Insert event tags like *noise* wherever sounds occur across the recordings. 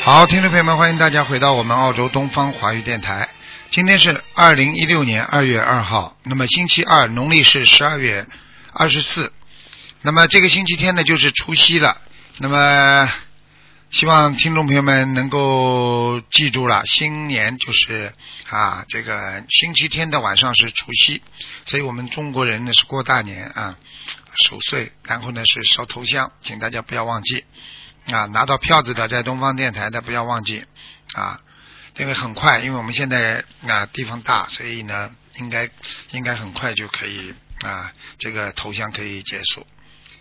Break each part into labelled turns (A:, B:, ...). A: 好，听众朋友们，欢迎大家回到我们澳洲东方华语电台。今天是二零一六年二月二号，那么星期二，农历是十二月二十四。那么这个星期天呢，就是除夕了。那么希望听众朋友们能够记住了，新年就是啊，这个星期天的晚上是除夕，所以我们中国人呢是过大年啊，守岁，然后呢是烧头香，请大家不要忘记啊，拿到票子的在东方电台的不要忘记啊，因为很快，因为我们现在啊地方大，所以呢应该应该很快就可以啊这个头香可以结束。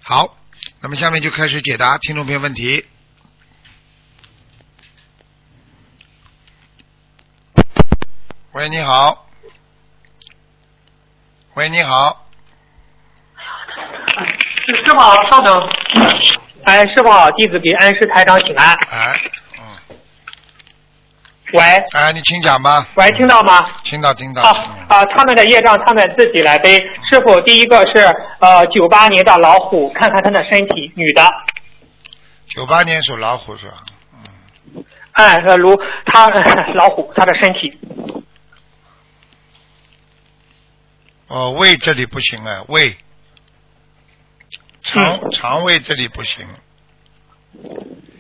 A: 好，那么下面就开始解答听众朋友问题。喂，你好。喂，你好。
B: 师傅好，稍等。哎，师傅好，弟子给恩师台长请安。
A: 哎，嗯，
B: 喂
A: 哎，你请讲吧。
B: 喂，听到吗？
A: 听到，听到。
B: 啊
A: 嗯
B: 啊，他们的业障他们自己来背。师傅，第一个是呃九八年的老虎，看看他的身体，女的。
A: 九八年属老虎是吧？
B: 哎，呃如他 *laughs* 老虎，他的身体
A: 哦，胃这里不行啊，胃，肠、
B: 嗯
A: 肠胃这里不行，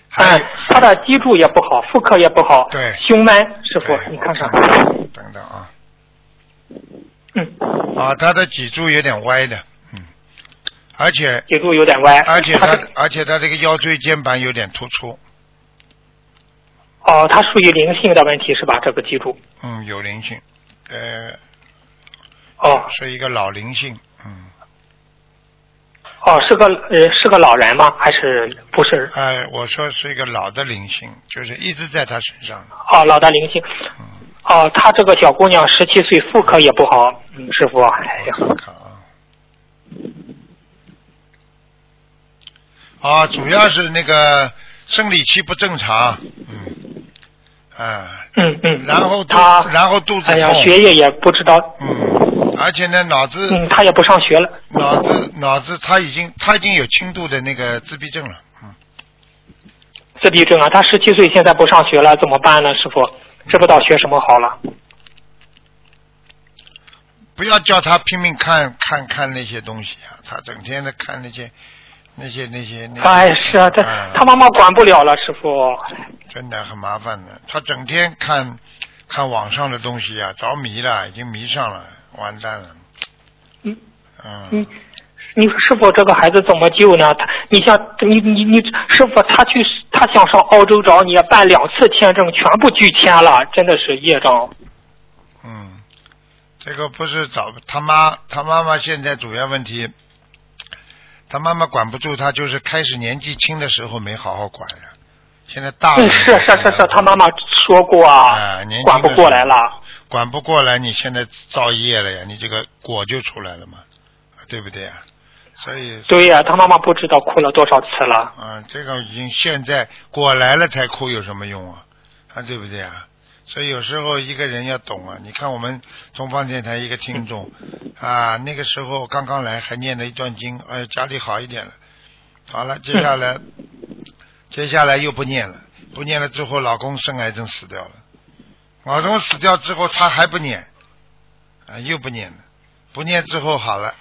A: 还
B: 哎
A: 有，
B: 啊他的脊柱也不好，妇科也不好，
A: 对
B: 胸闷。师傅，
A: 对
B: 你
A: 我
B: 看看
A: 看，看，等等啊，
B: 嗯，
A: 啊，他的脊柱有点歪的，嗯，而且
B: 脊柱有点歪。
A: 而且
B: 哎他
A: 他
B: 这
A: 而且他这个腰椎间盘有点突出，
B: 哦，他属于灵性的问题是吧？这个脊柱。
A: 嗯，有灵性，呃，
B: 哦
A: 是一个老灵性，嗯，啊
B: 哦，是个呃是个老人吗？还是不是？
A: 哎、我说是一个老的灵性，就是一直在他身上嗯的，
B: 哦，老大灵性。哦，她这个小姑娘十七岁，妇科也不好。嗯，师傅，哎呀，
A: 我看看啊。啊，主要是那个生理期不正常，嗯，啊，
B: 嗯嗯。
A: 然后肚，
B: 她，
A: 然后肚子
B: 哎呀，
A: 痛，
B: 学业也不知道，
A: 嗯，而且呢，脑子
B: 嗯，她也不上学了。
A: 脑子脑子他已经他已经有轻度的那个自闭症了，嗯，
B: 自闭症啊，她十七岁，现在不上学了，怎么办呢？师傅，知不知道学什么好了？
A: 嗯不要叫他拼命看看看那些东西啊，他整天的看那些那些那些那些，
B: 哎，是啊，她
A: 嗯
B: 她妈妈管不了了，师傅。
A: 真的很麻烦的。他整天看看网上的东西啊，着迷了，已经迷上了，完蛋了。
B: 嗯
A: 嗯
B: 嗯，你师傅这个孩子怎么救呢？他，你像你你你师傅他去他想上澳洲找你办两次签证，全部拒签了，真的是业障。
A: 嗯，这个不是找他妈，他妈妈现在主要问题，他妈妈管不住他，就是开始年纪轻的时候没好好管呀、现在大了
B: 嗯，是是是是，他妈妈说过
A: 啊年轻的时候
B: 管不过来了。
A: 管不过来，你现在造业了呀，你这个果就出来了嘛，对不对呀、所以
B: 对呀、他妈妈不知道哭了多少次了。
A: 啊，这个已经现在果来了才哭有什么用啊？啊，对不对啊？所以有时候一个人要懂啊。你看我们东方电台一个听众啊，那个时候刚刚来还念了一段经，哎，家里好一点了。好了，接下来接下来又不念了，不念了之后，老公生癌症死掉了。老公死掉之后，她还不念，啊，又不念了。不念之后好了，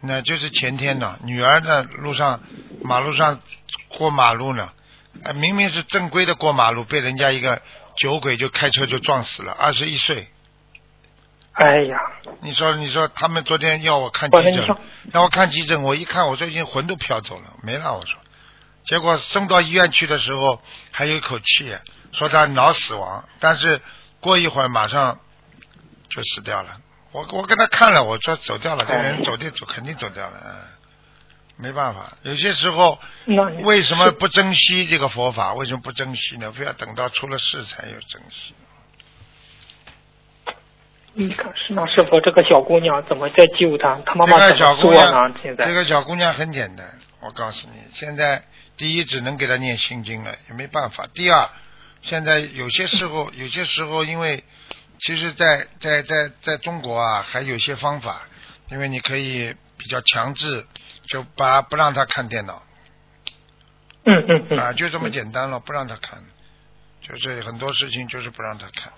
A: 那就是前天呢，女儿呢路上马路上过马路呢，呃明明是正规的过马路，被人家一个酒鬼就开车就撞死了，二十一岁。
B: 哎呀，
A: 你说，你说他们昨天要我看急
B: 我说你
A: 诊
B: 说，
A: 让我看急诊，我一看，我说已经魂都飘走了，没了。我说，结果送到医院去的时候还有一口气，说他脑死亡，但是过一会儿马上就死掉了。我我跟他看了，我说走掉了，这人走就走，肯定走掉了，嗯，没办法。有些时候
B: 那你
A: *laughs* 为什么不珍惜这个佛法？为 *laughs* 什么不珍惜呢？非要等到出了事才有珍惜。
B: 你看，是那师傅这个小姑娘怎么在救她？她妈妈
A: 这个
B: 怎
A: 小
B: 么
A: 姑
B: 做
A: 娘
B: 呢？现，在
A: 这个小姑娘很简单，我告诉你，现在第一只能给她念心经了，也没办法。第二，现在有些时候， *laughs* 有些时候因为其实在，在在在中国啊，还有些方法，因为你可以比较强制，就把不让她看电脑
B: 嗯嗯嗯
A: 啊啊，就这么简单了，不让她看。就是很多事情就是不让他看，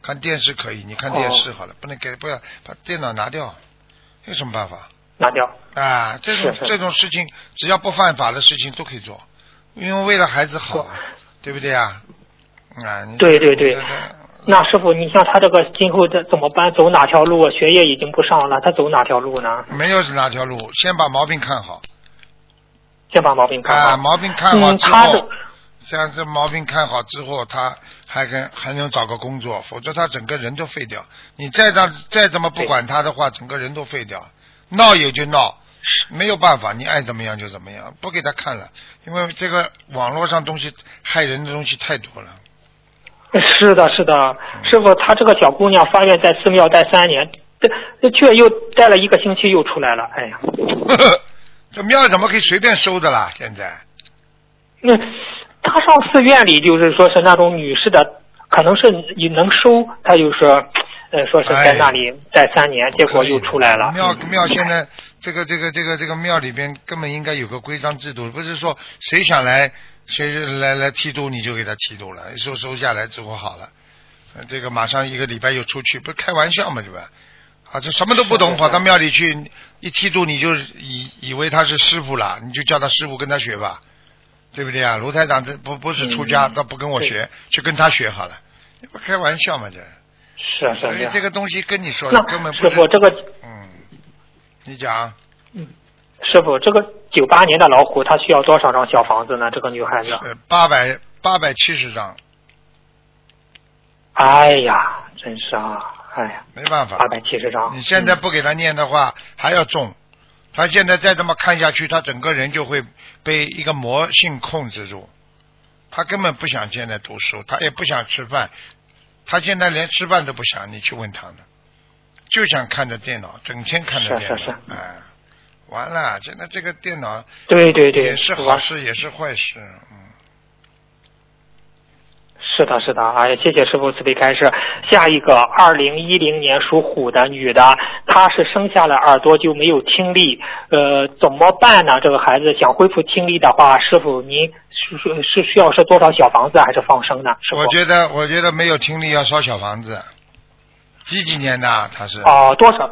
A: 看电视可以，你看电视
B: 哦
A: 好了，不能给不要把电脑拿掉，有什么办法
B: 拿掉。
A: 啊？这种
B: 是是
A: 这种事情，只要不犯法的事情都可以做，因为为了孩子好啊，对不对啊？啊，你
B: 对对对
A: 这个
B: 那师傅，你像他这个今后这怎么办？走哪条路？学业已经不上了，他走哪条路呢？
A: 没有哪条路，先把毛病看好
B: 先把毛病
A: 啊，
B: 看好。
A: 毛病看好
B: 嗯，
A: 之
B: 他的
A: 后，像这毛病看好之后，他还跟还能找个工作，否则他整个人都废掉。你再让再怎么不管他的话，整个人都废掉。闹也就闹，没有办法，你爱怎么样就怎么样，不给他看了，因为这个网络上东西害人的东西太多了。 *laughs*
B: 是的，是的，师傅，他这个小姑娘发愿在寺庙待三年，这这却又待了一个星期又出来了，哎呀，
A: 这庙怎么可以随便收的啦？现在
B: 那他上寺院里就是说是那种女士的，可能是也能收，他就是，呃，说是在那
A: 哎
B: 里待三年，结果又出来了。
A: 庙
B: 嗯
A: 庙现在这个这个这个这个庙里边根本应该有个规章制度，不是说谁想来谁来来剃度你就给他剃度了，收收下来之后好了，呃这个马上一个礼拜又出去，不是开玩笑嘛，对吧？啊，这什么都不懂，
B: 是是
A: 跑到庙里去一剃度你就以以为他是师傅了，你就叫他师傅跟他学吧，对不对啊？卢台长这不不是出家，
B: 嗯
A: 倒不跟我
B: 对
A: 学，去跟他学好了，不开玩笑嘛这。
B: 是啊是啊
A: 所以
B: 是
A: 这
B: 啊。
A: 个东西跟你说的根
B: 那
A: 本
B: 师
A: 不
B: 傅
A: 是，
B: 这个
A: 嗯，你讲
B: 师傅这个九八年的老虎，她需要多少张小房子呢？这个女孩子，
A: 呃八百八百七十张，
B: 哎呀，真是啊，哎呀，
A: 没办法
B: 八，百七十张。
A: 你现在
B: 嗯
A: 不给他念的话还要中，他现在再这么看下去，他整个人就会被一个魔性控制住，他根本不想现在读书，他也不想吃饭，他现在连吃饭都不想，你去问他呢，就想看着电脑，整天看着
B: 是
A: 电
B: 是是
A: 脑，哎，完了，现在这个电脑
B: 对对对，
A: 也是
B: 吧
A: 好事也是坏事，嗯。
B: 是的，是的，哎，谢谢师傅慈悲开示。下一个，二零一零年属虎的女的，她是生下了耳朵就没有听力，呃，怎么办呢？这个孩子想恢复听力的话，师傅您是是是需要是多少小房子还是放生呢？师傅
A: 我，觉得，我觉得没有听力要烧小房子。几几年的？啊他是
B: 哦、多少，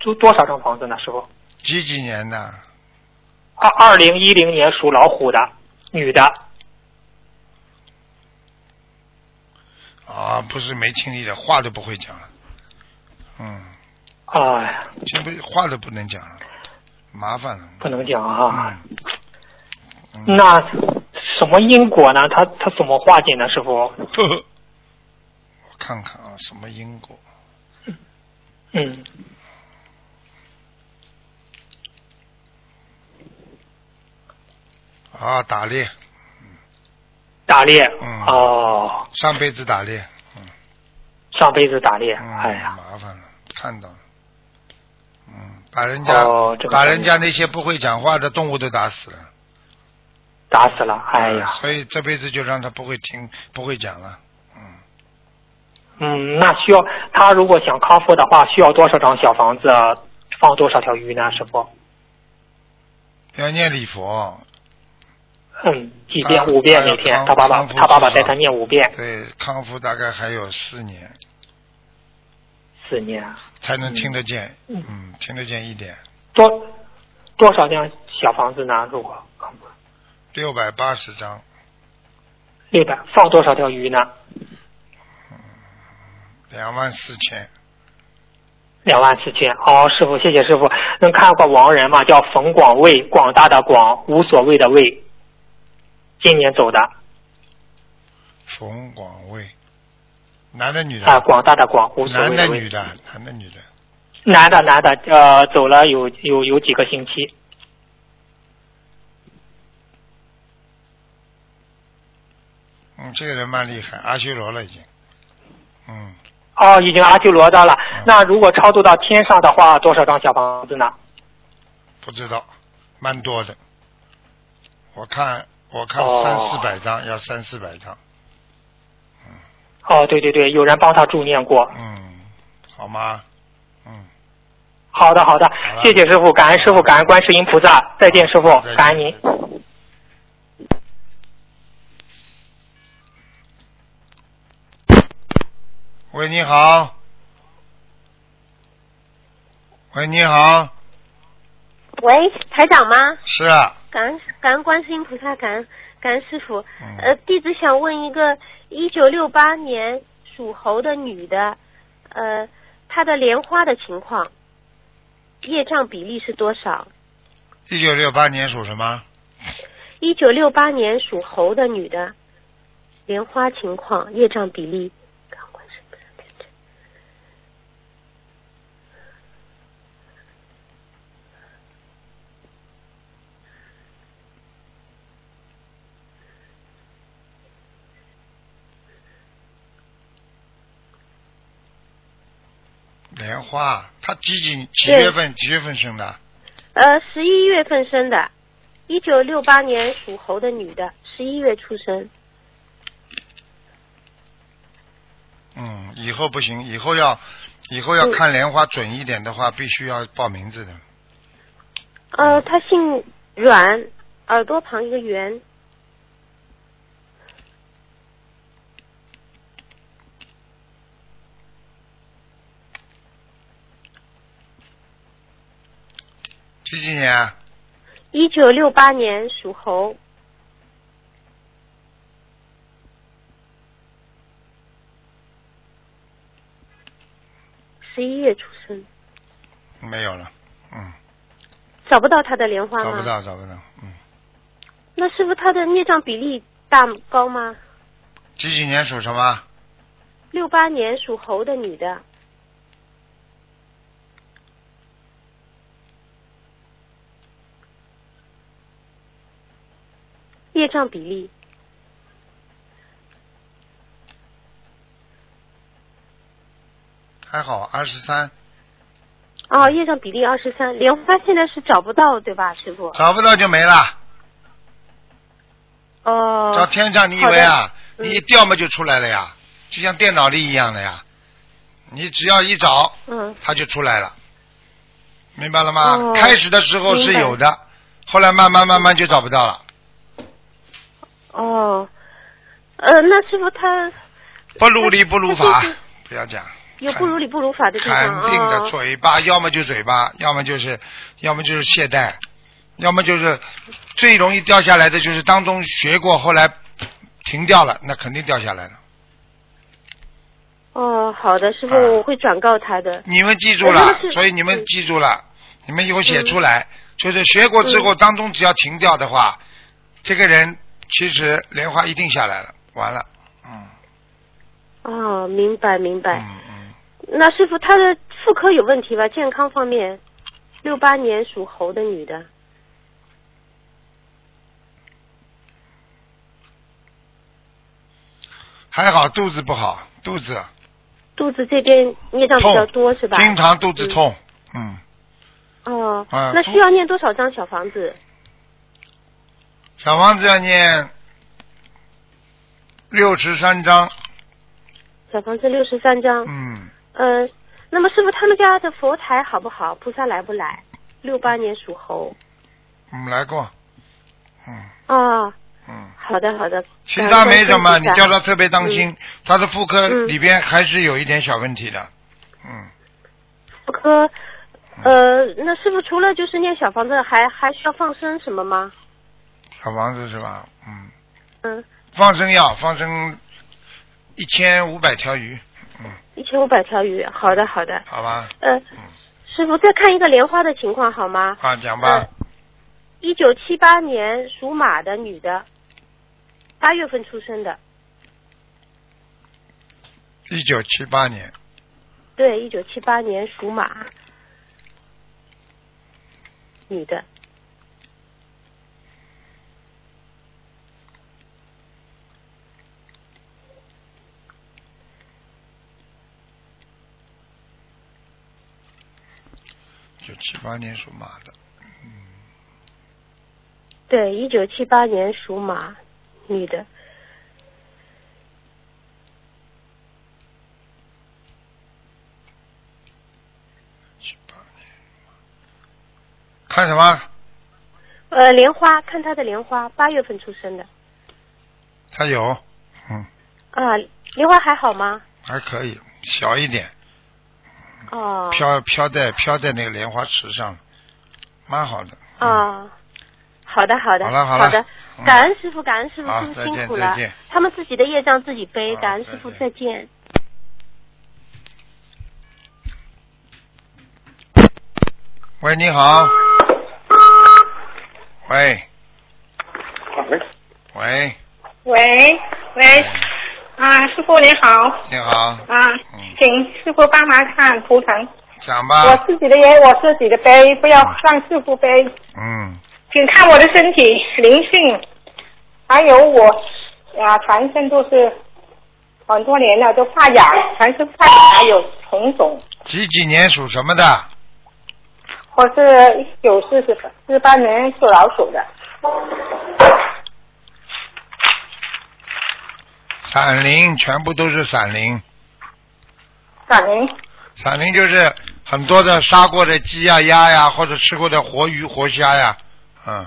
B: 就多少张房子呢？师傅，
A: 几几年的？
B: 二二零一零年属老虎的女的，
A: 啊，不是没听力的，话都不会讲了。嗯，
B: 哎呀，
A: 听不话都不能讲了，麻烦了。
B: 不能讲啊。
A: *laughs* 嗯嗯，
B: 那什么因果呢？她她怎么化解呢？师傅，
A: 我看看啊，什么因果？
B: 嗯。
A: 啊，打猎，
B: 打猎，
A: 嗯
B: 哦，
A: 上辈子打猎。
B: 上辈子打猎，
A: 嗯，
B: 哎呀，
A: 麻烦了，看到了。嗯，把人家、
B: 哦这个
A: 把
B: 东
A: 人
B: 西
A: 家那些不会讲话的动物都打死了。
B: 打死
A: 嗯
B: 了，哎呀，
A: 呃所以这辈子就让他不会听，不会讲了。
B: 嗯，那需要他如果想康复的话，需要多少张小房子，放多少条鱼呢，师傅？
A: 要念礼佛，
B: 嗯，几遍？
A: 啊
B: 五遍
A: 还有
B: 每天
A: 康，
B: 他爸爸
A: 康复
B: 他爸爸
A: 至少
B: 带他念五遍，
A: 对，康复大概还有四年
B: 四年
A: 才能听得见，
B: 嗯
A: 嗯，听得见一点，
B: 多多少张小房子呢？如果康复
A: 六百八十张，
B: 六百放多少条鱼呢？
A: 两万四千，
B: 两万四千。哦，师傅，谢谢师傅。能看过亡人吗？叫冯广卫，广大的广，无所谓的谓。今年走的
A: 冯广卫，男的女的？
B: 啊，广大的广，无所
A: 男
B: 谓的
A: 的
B: 谓
A: 嗯女。的？男的女的？
B: 男的，男的，呃，走了有有有几个星期，
A: 嗯，这个人蛮厉害，阿修罗了已经，嗯，
B: 哦，已经阿修罗到了。那如果超度到天上的话，多少张小房子呢？
A: 不知道，蛮多的，我看我看
B: 哦
A: 三四百张，要三四百张，
B: 哦，对对对，有人帮他助念过。
A: 嗯，好吗？嗯。
B: 好的，好的，
A: 了
B: 谢谢师傅，感恩师傅，感恩观世音菩萨，再见师傅
A: 再见，
B: 感恩您。
A: 喂，你好。喂，你好，
C: 喂，台长吗？
A: 是啊，
C: 感恩感恩观世音菩萨，感恩感恩师傅。
A: 嗯
C: 呃，弟子想问一个一九六八年属猴的女的，呃，她的莲花的情况，业障比例是多少？
A: 一九六八年属什么？
C: 一九六八年属猴的女的，莲花情况，业障比例。感恩观世音菩萨感恩
A: 莲花，他几几几
C: 对
A: 月份几月份生的？
C: 呃，十一月份生的，一九六八年属猴的女的，十一月出生。
A: 嗯，以后不行，以后要以后要
C: 嗯
A: 看莲花准一点的话，必须要报名字的。
C: 呃，她姓阮，耳朵旁一个圆。
A: 几几年啊？
C: 一九六八年属猴，十一月出生，
A: 没有了，嗯，
C: 找不到他的莲花吗？
A: 找不。到，找不到，嗯，
C: 那师傅他的孽障比例大高吗？
A: 几几年属什么？
C: 六八年属猴的女的，业障比例
A: 还好，二十三，
C: 哦，业障比例二十三，莲花现在是找不到对吧，师傅？
A: 找不到就没了。
C: 哦、
A: 找天上，你以为啊？
C: 好的嗯
A: 你一掉嘛就出来了呀，就像电脑里一样的呀。你只要一找，
C: 嗯，
A: 它就出来了，明白了吗？
C: 哦
A: 开始的时候是有的，后来慢慢慢慢就找不到了。
C: 哦，呃，那师傅他
A: 不如理不如法
C: *laughs* 那就是，
A: 不要讲。
C: 有不如理不如法的地方
A: 肯定的，
C: 哦，
A: 嘴巴要么就嘴巴，要么就是，要么就是懈怠，要么就是最容易掉下来的就是当中学过，后来停掉了，那肯定掉下来了。
C: 哦，好的，师傅，
A: 啊
C: 我会转告他的。
A: 你们记住
C: 哎
A: 了
C: 那是，
A: 所以你们
C: 嗯
A: 记住了，你们以后写出来，就是学过之后
C: 嗯
A: 当中只要停掉的话，这个人其实莲花一定下来了，完了，嗯
C: 哦，明白明白。
A: 嗯嗯，
C: 那师傅，她的妇科有问题吧？健康方面，六八年属猴的女的，
A: 还好肚子不好，肚子
C: 肚子这边孽障比较多是吧？
A: 经常肚子痛，嗯。
C: 哦，
A: 啊
C: 那
A: 肚
C: 需要念多少张小房子？
A: 小房子要念六十三章，
C: 小房子六十三张。
A: 嗯，
C: 呃，那么师傅他们家的佛台好不好？菩萨来不来？六八年属猴。
A: 我们来过，嗯
C: 哦，
A: 嗯，
C: 好的好的。
A: 其他没什么，
C: 感恩
A: 你
C: 观世音菩萨
A: 叫他特别当心，他的妇科
C: 嗯
A: 里边还是有一点小问题的，嗯，
C: 妇科。呃，那师傅除了就是念小房子，还还需要放生什么吗？
A: 小房子是吧？嗯，
C: 嗯，
A: 放生药，放生一千五百条鱼，嗯，
C: 一千五百条鱼。好的好的。
A: 好吧，
C: 呃，师傅再看一个莲花的情况好吗？呃
A: 啊，讲吧，
C: 嗯一九七八年属马的女的，八月份出生的，
A: 一九七八年，
C: 对，一九七八年属马，女的，
A: 九七八年属马的，
C: 对，一九七八年属马，女的，
A: 七八年，看什么？
C: 呃，莲花，看她的莲花，八月份出生的，
A: 他有，嗯，
C: 啊，莲花还好吗？
A: 还可以，小一点，
C: 哦，
A: 飘飘在飘在那个莲花池上了，蛮好的。
C: 哦，好的好的，
A: 好了好
C: 好
A: 了
C: 的，
A: 嗯
C: 感恩师傅，感恩师傅，
A: 好
C: 师傅
A: 再
C: 辛
A: 见
C: 苦
A: 再
C: 了
A: 见，
C: 他们自己的业障自己背，
A: 好
C: 感恩师傅
A: 再
C: 再见。
A: 嗯喂，你好。喂喂，
D: 喂喂，啊，师傅你好
A: 你好，
D: 啊，
A: 嗯，
D: 请师傅帮忙看图腾，
A: 讲
D: 我
A: 吧，
D: 自己的也我自己的背，不要让师傅背，
A: 嗯，
D: 请看我的身体灵性，还有我啊，全身都是很多年了都发痒，全身发痒还有红肿，
A: 几几年属什么的？
D: 我是一九四十四八年属老鼠的，
A: 闪灵，全部都是闪灵，
D: 感恩
A: 闪灵就是很多的杀过的鸡呀、鸭呀，或者吃过的活鱼、活虾呀，嗯，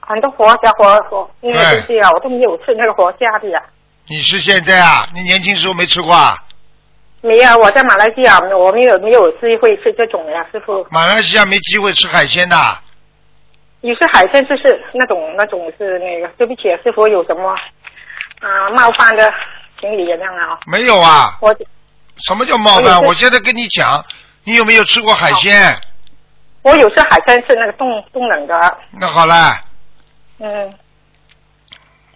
D: 很多活虾活活，因为
A: 对
D: 就是啊，我都没有吃那个活虾的呀、
A: 你是现在啊？你年轻时候没吃过啊？
D: 没有，我在马来西亚，我没有没有机会吃这种呀，师傅。
A: 马来西亚没机会吃海鲜的，啊
D: 你是海鲜，就是那种那种是那个，对不起，师傅有什么啊、冒犯的，请你原谅啊。
A: 没有啊？
D: 我
A: 什么叫冒
D: 我也
A: 犯？
D: 是
A: 我现在跟你讲，你有没有吃过海鲜？
D: 我有吃海鲜是那个冻冻冷的，
A: 那好了，
D: 嗯，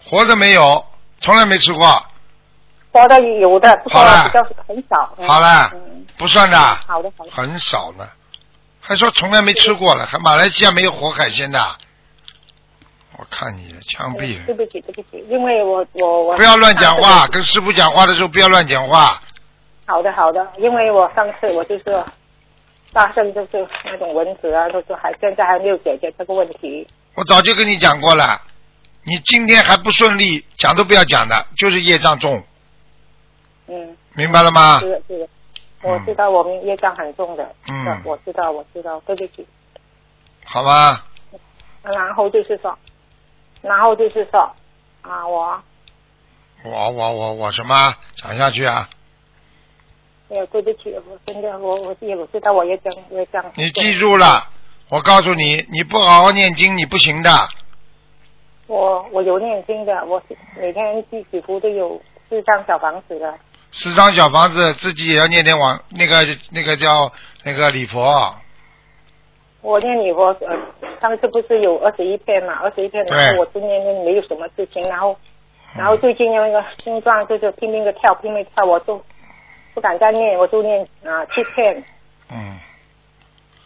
A: 活着没有？从来没吃过，
D: 活的有的，不过
A: 好了
D: 比较很少。嗯
A: 好了
D: 嗯，
A: 不算的，
D: 好的好的，
A: 很少呢。还说从来没吃过了，还马来西亚没有活海鲜的。我看你枪毙
D: 嗯哎对哎
A: 了！
D: 不起对不起，因为我我我
A: 不要乱讲话，
D: 上次
A: 跟师傅讲话的时候不要乱讲话。
D: 好的好的，因为我上次我就是发生就是那种蚊子啊，就是还现在还没有解决这个问题。
A: 我早就跟你讲过了，你今天还不顺利，讲都不要讲的，就是业障重，
D: 嗯，
A: 明白了吗
D: 是？的，是的，我知道我们业障很重的，
A: 啊嗯
D: 是我知道，我知道，对不起。
A: 好吧。
D: 然后就是说，然后就是说，啊，我
A: 我我我我什么？讲下去啊！
D: 哎呀，对不起，我真的，我我也我知道，我也讲，我也讲。
A: 你记住了，我告诉你，你不好好念经，你不行的。
D: 我我有念经的，我每天几几乎都有四张小房子的。
A: 四张小房子自己也要念点往那个那个叫那个礼佛，
D: 我念你，我呃，上次不是有二十一篇嘛，二十一篇，
A: 对
D: 然后我今天就没有什么事情，然后，
A: 嗯
D: 然后最近那个心脏就是拼命的跳，拼命地跳，我就不敢再念，我就念啊七篇，
A: 嗯，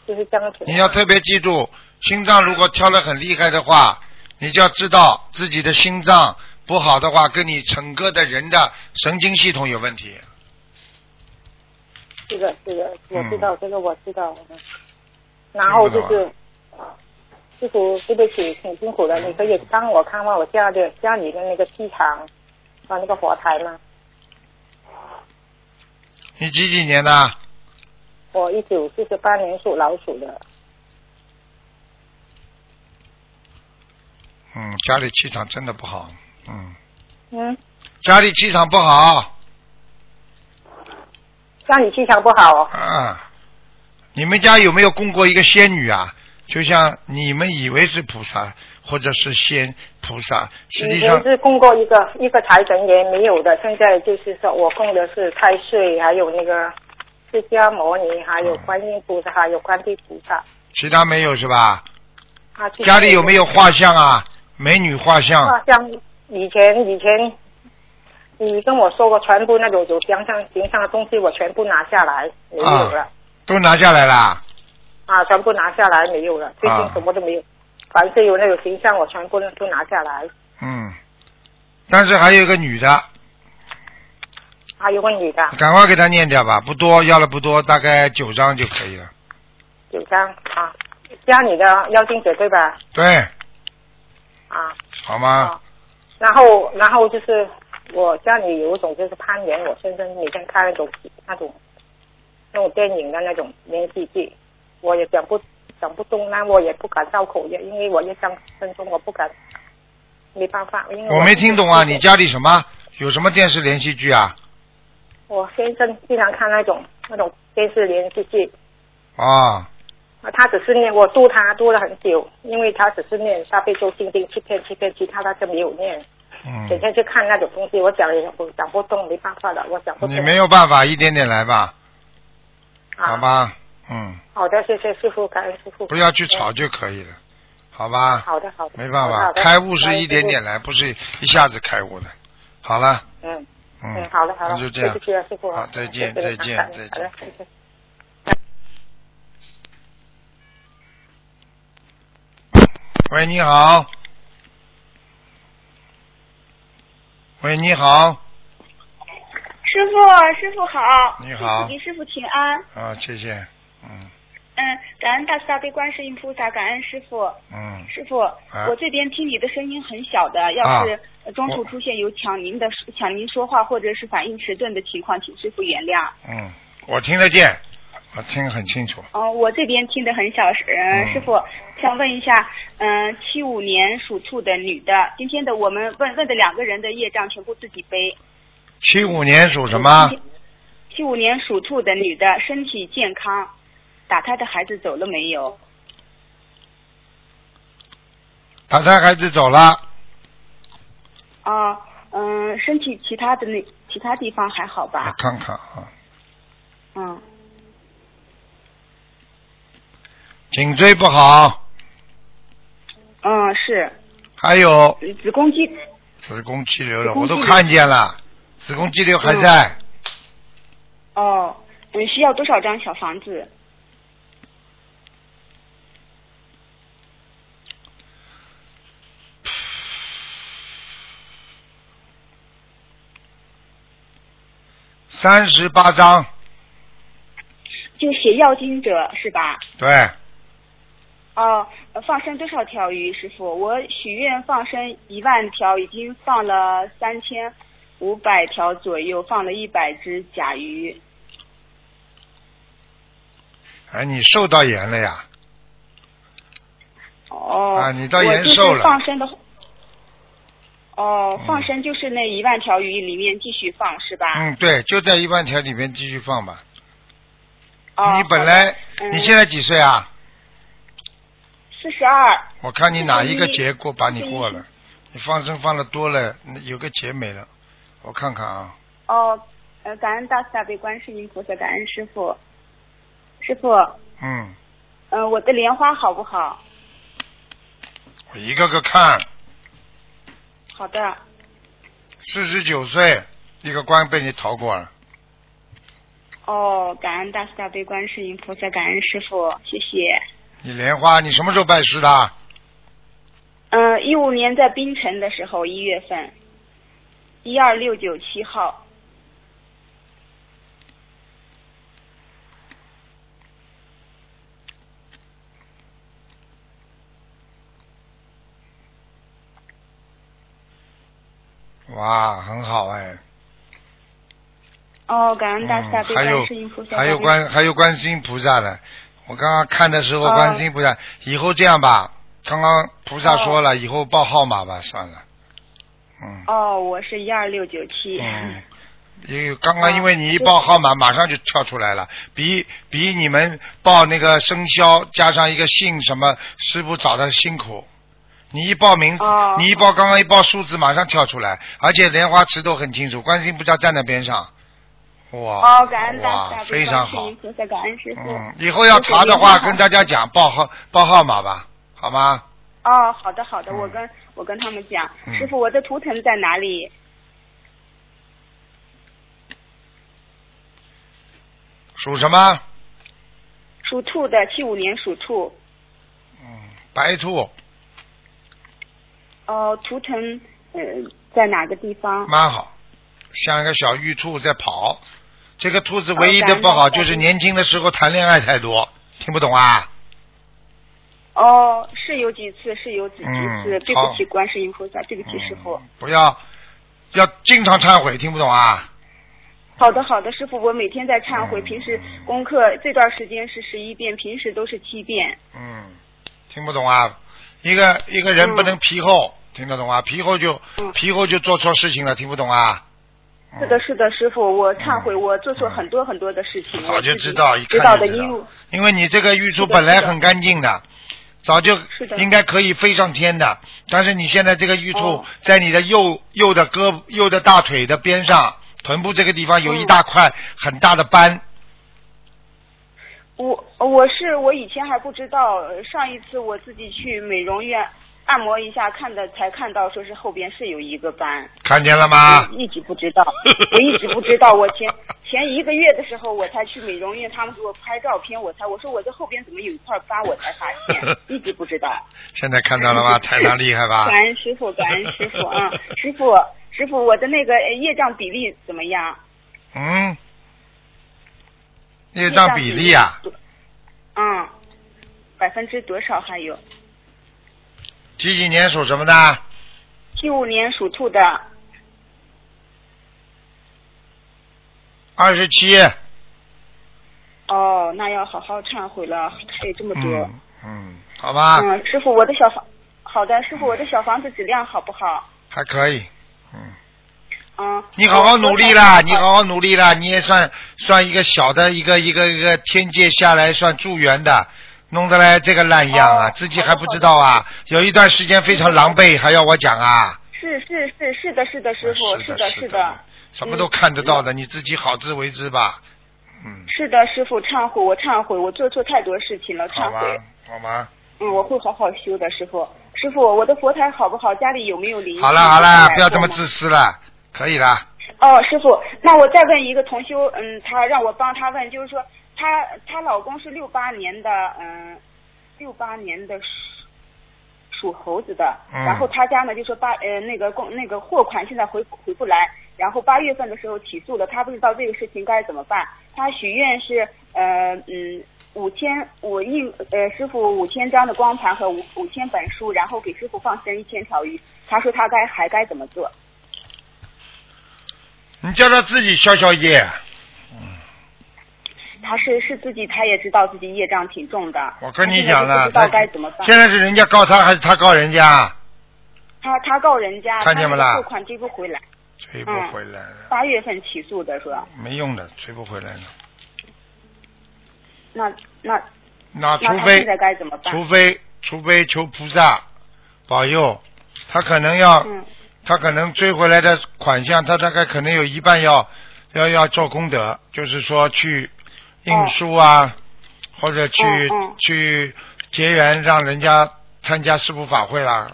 D: 就是这样子。
A: 你要特别记住，心脏如果跳得很厉害的话，你就要知道自己的心脏不好的话，跟你整个的人的神经系统有问题。
D: 这个这个
A: 嗯
D: 我知道，这个我知道。嗯然后就是，师傅，对不起，挺辛苦的，你可以帮我看望我家的家里的那个气场啊，那个佛台吗？
A: 你几几年的？
D: 我一九四十八年属老鼠的，
A: 嗯，家里气场真的不好，嗯，
D: 嗯，
A: 家里气场不好，
D: 家里气场不好哦。
A: 啊，你们家有没有供过一个仙女啊？就像你们以为是菩萨或者是仙菩萨，实
D: 以
A: 际
D: 前
A: 上
D: 是供过一个一个财神爷没有的，现在就是说我供的是太岁，还有那个释迦牟尼，还
A: 嗯
D: 有观音菩萨，还有观地菩萨。
A: 其他没有是吧？
D: 啊，去
A: 家里有没有啊
D: 那个
A: 画像啊？美女画像
D: 画像以前以前，你跟我说过，全部那种有形象形象的东西，我全部拿下来，没有了
A: 都拿下来啦。
D: 啊全部拿下来没有了，最
A: 啊
D: 近什么都没有，凡是有那种形象，我全部都拿下来。
A: 嗯，但是还有一个女的，
D: 还有个女的，
A: 赶快给她念掉吧，不多，要了不多，大概九张就可以了。
D: 九张啊，加你的妖精姐对吧？
A: 对，
D: 啊，
A: 好吗
D: 啊？然后然后就是我家里有一种就是攀岩，我先生每天看那种那种那种电影的那种连续剧，我也讲不讲不动，那我也不敢造口业，因为我一张分钟我不敢，没办法，因为
A: 我没听懂啊，你
D: 家
A: 家里什么有什么电视连续剧啊？
D: 我先生经常看那种那种电视连续剧，
A: 啊，
D: 啊，他只是念，我度他度了很久，因为他只是念大悲咒心经七遍七遍，其他他就没有念，
A: 嗯
D: 整，天去看那种东西，我讲也我讲不动，没办法了，我讲不动。
A: 你没有办法，一点点来吧，
D: 啊、
A: 好？吧，嗯，
D: 好的，谢谢师傅，感恩师傅。
A: 不要去吵就可以了，好吧，
D: 好的，好的。
A: 没办
D: 好
A: 法，
D: 的
A: 开悟是一点点。来，不是一下子开悟的。好了，
D: 感恩师傅嗯
A: 嗯，
D: 好的，好的。
A: 那就这样
D: 对不起啊，师傅啊。
A: 好再见
D: 谢谢
A: 再见
D: 感恩
A: 再见
D: 好的谢谢
A: 喂，你好。喂，你好。
E: 师傅，师傅好。
A: 你好
E: 给师傅请安。
A: 啊，谢谢。嗯
E: 嗯，感恩大慈大悲观世音菩萨，感恩师傅。
A: 嗯，
E: 师傅，
A: 啊
E: 我这边听你的声音很小的，要是呃中途出现有抢您的抢您说话或者是反应迟钝的情况，请师傅原谅。
A: 嗯，我听得见，我听很清楚。
E: 嗯、我这边听得很小，呃、
A: 嗯
E: 师傅想问一下，嗯、7七五年属兔的女的，今天的我们问问的两个人的业障全部自己背。
A: 七五年属什么？？
E: 七五年属兔的女的，身体健康，打胎的孩子走了没有？
A: 打胎孩子走了，
E: 啊，嗯，身体其他的那其他地方还好
A: 我
E: 吧？
A: 看看啊，
E: 嗯，
A: 颈椎不好，
E: 嗯，是
A: 还有
E: 呃子宫肌
A: 子宫肌瘤
E: 子
A: 了，
E: 宫
A: 我
E: 肌
A: 都
E: 瘤
A: 看见了，子宫肌瘤还在，
E: 哦，嗯，需要多少张小房子？
A: 三十八张，
E: 就写要经者是吧？
A: 对，
E: 哦，呃放生多少条鱼，师傅？我许愿放生一万条，已经放了三千五百条左右，放了一百只甲鱼。
A: 哎，你瘦到盐了呀？
E: 哦，
A: 啊你倒
E: 我
A: 延
E: 就是
A: 寿了
E: 放生的。哦
A: 嗯，
E: 放生就是那一万条鱼里面继续放是吧？
A: 嗯，对，就在一万条里面继续放吧。
E: 哦，
A: 你本来、
E: 嗯
A: 你现在几岁啊？
E: 四十二，
A: 我看你哪一个
E: 41
A: 节过把你
E: 41
A: 过了，你放生放的多了，那有个节没了。我看看啊，
E: 哦，呃，感恩大慈大悲观世音菩萨，感恩师傅。师傅，
A: 嗯，
E: 嗯、我的莲花好不好？
A: 我一个个看，
E: 好的，
A: 四十九岁一个关被你逃过了，
E: 哦，感恩大慈大悲观世音菩萨，感恩师傅，谢谢。
A: 你莲花你什么时候拜师的？
E: 嗯、1一五年在槟城的时候，一月份，一二六九七号，
A: 哇，很好哎，
E: 哦，感恩大慈大
A: 嗯，还
E: 悲
A: 有
E: 观世音菩萨，
A: 还有
E: 感恩
A: 观还有观世音菩萨的，我刚刚看的时候
E: 哦
A: 观世音菩萨，以后这样吧，刚刚菩
E: 哦
A: 萨说了，以后报号码吧，算了，嗯。
E: 哦，我是一二六九
A: *laughs*
E: 七，
A: 嗯，因为刚刚因为你一报号
E: 啊
A: 码，马上就跳出来了，比比你们报那个生肖加上一个姓什么师傅找的辛苦。你一报名，
E: 哦
A: 你一报刚刚一报数字，马上跳出来，而且莲花池都很清楚，观世音菩萨站在边上，哇，
E: 哦，感恩大慈
A: 哇，
E: 大
A: 非
E: 悲
A: 常
E: 观世
A: 好
E: 音，菩萨，感恩师傅。
A: 嗯，以后要查的话，跟大家讲报号报号码吧，好吗？
E: 哦，好的好的，
A: 嗯
E: 我跟我跟他们讲，
A: 嗯
E: 师傅，我的图腾在哪里？
A: 属什么？
E: 属兔的，七五年属兔。
A: 嗯，白兔，
E: 哦，图腾呃在哪个地方？
A: 蛮好，像一个小玉兔在跑。这个兔子唯一的不好
E: 哦感觉
A: 就是年轻的时候谈恋爱太多，听不懂啊？
E: 哦，是有几次，是有几
A: 嗯
E: 次，对
A: 好嗯
E: 不起，观世音菩萨，对不起，师傅。
A: 不要，要经常忏悔，听不懂啊？
E: 好的好的，师傅，我每天在忏悔，
A: 嗯
E: 平时功课这段时间是十一遍，平时都是七遍。
A: 嗯，听不懂啊？一个一个人不能皮厚，听得懂啊？皮厚就
E: 嗯
A: 皮厚就做错事情了，听不懂啊？
E: 是的，是的，师傅，我忏悔，我做错很多很多的事情。
A: 嗯早
E: 我
A: 就
E: 自己
A: 知道一
E: 知
A: 看
E: 道
A: 就
E: 的
A: 知道
E: 因为
A: 因为你这个玉珠
E: 是的
A: 本来
E: 是的
A: 很干净的，早就是
E: 的
A: 应该可以飞上天的，但是你现在这个玉珠
E: 哦
A: 在你的右右的胳右的大腿的边上，臀部这个地方有一大
E: 嗯
A: 块很大的斑，
E: 我我是我以前还不知道，呃上一次我自己去美容院按摩一下，看的才看到说是后边是有一个斑，
A: 看见了吗
E: 我？一直不知
A: *laughs*
E: 道，我一直不知道，我前前一个月的时候我才去美容院，他们给我拍照片，我才我说我这后边怎么有一块疤，我才发
A: *laughs*
E: 现，一直不知道。
A: 现在看到了
E: *laughs*
A: 吧？台长厉害吧
E: 感？恩师傅，感恩师傅啊，师傅师傅，我的那个呃业障比例怎么样？
A: 嗯，业障比例啊，
E: 业障比例？嗯，百分之多少还有？
A: 几几年属什么的？
E: 七五年属兔的，
A: 二十七。
E: 哦，那要好好忏悔了，还有这么多。
A: 嗯嗯，好吧，
E: 嗯，师傅，我的小房，好的，师傅，我的小房子质量好不好？
A: 还可以。嗯。
E: 嗯，
A: 你好好努力啦，
E: 我
A: 你好好努力啦，你也算算一个小的一个一个一个天界下来算助缘的，弄得来这个烂样啊，
E: 哦
A: 自己还不知道啊，有一段时间非常狼狈，还要我讲啊？
E: 是是是是的，是的，嗯师傅，
A: 是
E: 的，
A: 是
E: 是的，，嗯
A: 什么都看得到的，你自己好自为之吧。嗯，
E: 是的，师傅，忏悔，我忏悔，我做错太多事情了，忏
A: 好吧
E: 悔。，
A: 好吧，
E: 嗯，我会好好修的，师傅。师傅，我的佛台好不好？家里有没有灵性？
A: 好了好了，不要这
E: 过
A: 么
E: 吗
A: 自私了，可以了。
E: 哦，师傅，那我再问一个同修，嗯，他让我帮他问，就是说，她她老公是六八年的，嗯，六八年的属属猴子的，
A: 嗯
E: 然后他家呢就说八呃那个公那个货款现在回不回不来，然后八月份的时候起诉了，他不知道这个事情该怎么办，他许愿是呃嗯。五千，我印呃师傅五千张的光盘和五五千本书，然后给师傅放生一千条鱼。他说他该还该怎么做？
A: 你叫他自己消消业，
E: 他是是自己，他也知道自己业障挺重的。
A: 我跟你讲
E: 他
A: 了，
E: 嗯现
A: 他
E: 在就不知道该怎么办。
A: 现在是人家告他还是他告人家？
E: 他他告人家，
A: 看见没啦
E: 他那个货款追不回来，
A: 追不
E: 嗯
A: 回来了。
E: 八月份起诉的说，
A: 没用的，追不回来了。
E: 那那
A: 那
E: 那
A: 啊除
E: 他
A: 非
E: 现在该怎么办？
A: 除非除非求菩萨保佑，他可能要、
E: 嗯
A: 他可能追回来的款项，他大概可能有一半要要要做功德，就是说去印书啊，或者去、
E: 哦嗯嗯
A: 去结缘，让人家参加师傅法会啦。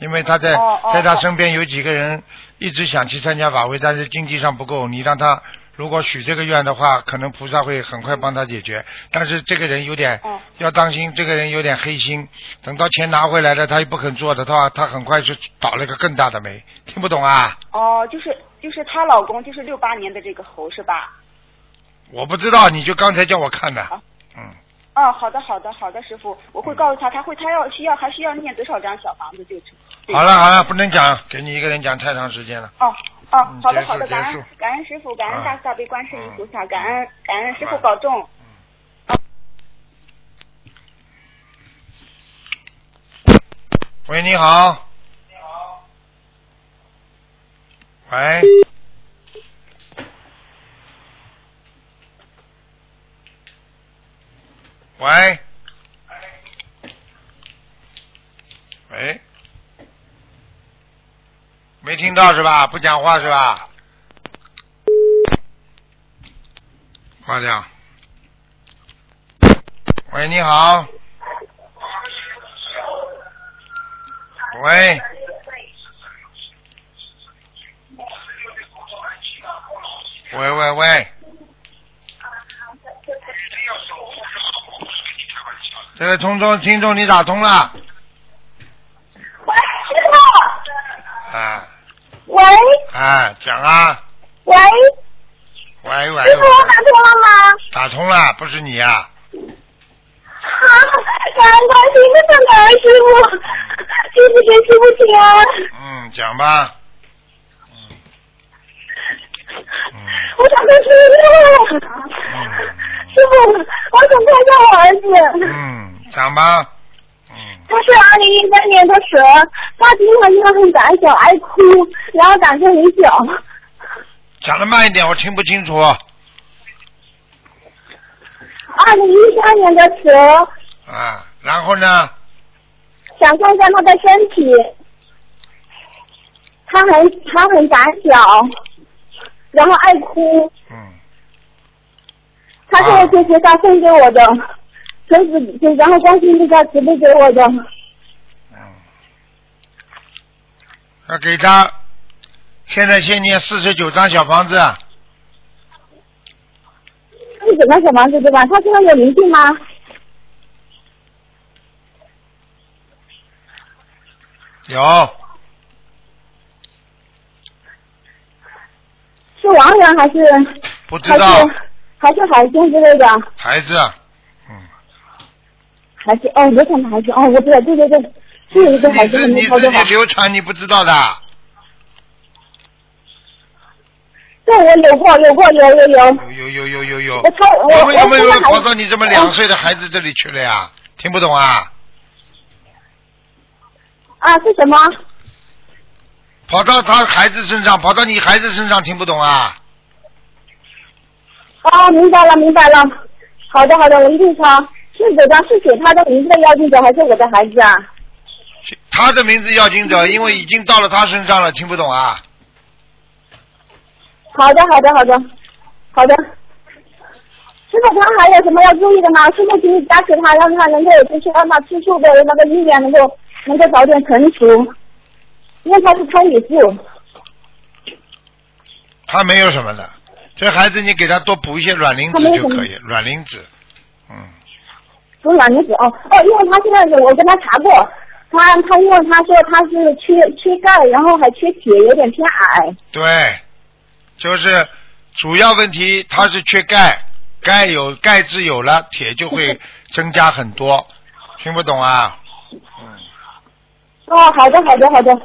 A: 因为他在、
E: 哦哦
A: 在他
E: 哦
A: 身边有几个人一直想去参加法会，但是经济上不够，你让他如果许这个愿的话，可能菩萨会很快帮他解决。但是这个人有点、
E: 哦
A: 要当心，这个人有点黑心，等到钱拿回来了，他又不肯做的话，他很快就倒了个更大的霉。听不懂啊？
E: 哦，就是就是她老公就是六八年的这个猴是吧？
A: 我不知道，你就刚才叫我看的
E: 好，
A: 嗯，
E: 哦，好的好的好的，师傅，我会告诉他，他会他要需要还需要念多少张小房子就
A: 好了好了，不能讲，给你一个人讲太长时间了。
E: 哦哦
A: 嗯，
E: 好的
A: 结束
E: 好的，感
A: 结束
E: 恩感恩师傅，感
A: 啊
E: 恩大慈大悲观世音菩萨，
A: 嗯啊
E: 感恩感恩师
A: 好
E: 傅
A: 吧
E: 保重。
A: 喂，你好。喂。喂。喂。没听到是吧？不讲话是吧？挂掉。喂，你好。喂。喂喂喂。这位听众，听众，你打通了
F: 喂，师傅，
A: 啊
F: 喂
A: 啊，讲啊，
F: 喂，师
A: 喂喂，
F: 傅，我打通了吗？
A: 打通了，不是你啊，
F: 啊，感恩关心，真的感恩师傅，弟子给师傅请安。
A: 嗯，讲吧，嗯
F: 我想跟师傅，师傅，我想看一下我儿子，
A: 嗯，讲吧，嗯
F: 他是二零一三年的蛇，他经常因为很胆小爱哭，然后感受很小。
A: 讲的慢一点，我听不清楚。
F: 二零一三年的蛇，
A: 啊，然后呢？
F: 想看看他的身体。他很他很胆小，然后爱哭。
A: 嗯，
F: 他是我学学校送给我的，求子就然后观世音菩萨慈悲给我的。
A: 嗯要给他，现在先念四十九张小房子，啊
F: 是怎么小房子对吧？他身上有灵性吗？
A: 有
F: 是亡人还是
A: 不知
F: 还
A: 道
F: 是还是海星之类的？
A: 孩子，嗯，
F: 还是哦，流产的孩子哦，我知道，对对对，是有一个孩
A: 你
F: 子
A: 自
F: 很
A: 你
F: 操
A: 自
F: 作好
A: 己。流产你不知道的，
F: 对，我有过，有过，有有有。
A: 有有有有有有，
F: 我操，我
A: 你
F: 我
A: 哦为什么
F: 这
A: 又
F: 个孩
A: 跑
F: 子
A: 到你这么两岁的孩子这里去了呀？听不懂啊？
F: 啊是什么？
A: 跑到他孩子身上，跑到你孩子身上，听不懂啊？
F: 哦，明白了，明白了。好的，好的，我一定抄。是怎张是写他的名字的邀请者，还是我的孩子啊？
A: 他的名字要经
F: 嗯
A: 者，因为已经到了他身上了，听不懂啊？
F: 好的，好的，好的，好的。师傅，他还有什么要注意的吗？师傅，请你加持他，让他能够就是让他吃素的那个因缘能够能够早点成熟，因为他是参与素。
A: 他没有什么的，这孩子你给他多补一些卵磷
F: 他
A: 脂
F: 没
A: 就
F: 什么
A: 可以，卵磷脂，嗯，
F: 不是卵磷脂哦哦，因为他现在是我跟他查过，他他因为他说他是缺缺钙，然后还缺铁，有点偏矮。
A: 对，就是主要问题他是缺钙，钙有钙质有了，铁就
F: *laughs*
A: 会增加很多，听不懂啊？
F: 哦，好的好的好的。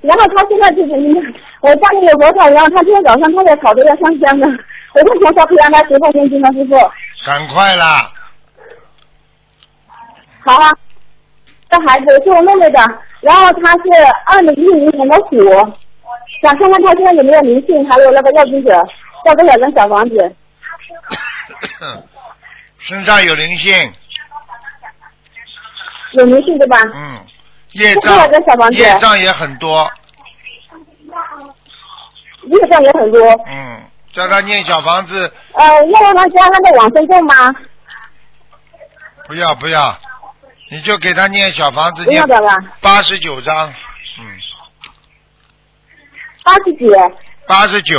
F: 然后他现在就是，我家里有佛台，然后他今天早上他也烤的要香香的，我就从小培养他学佛念经的师傅。
A: 赶快啦， *coughs*
F: 好啊，这孩子是我妹妹的，然后她是二零一零年的虎，想看看她现在有没有灵性，还有那个要经者，要多少张小房子？
A: 身上有灵性，
F: 有灵性对吧？
A: 嗯，业
F: 多少
A: 障
F: 个小房子？
A: 业障也很多，
F: 业障也很多。
A: 嗯，叫他念小房子，
F: 呃，要让她加那个往生咒吗？
A: 不要不要，你就给他念小房子
F: 不
A: 念
F: 要的吧，
A: 八十九章，嗯，
F: 八十几，
A: 八十九，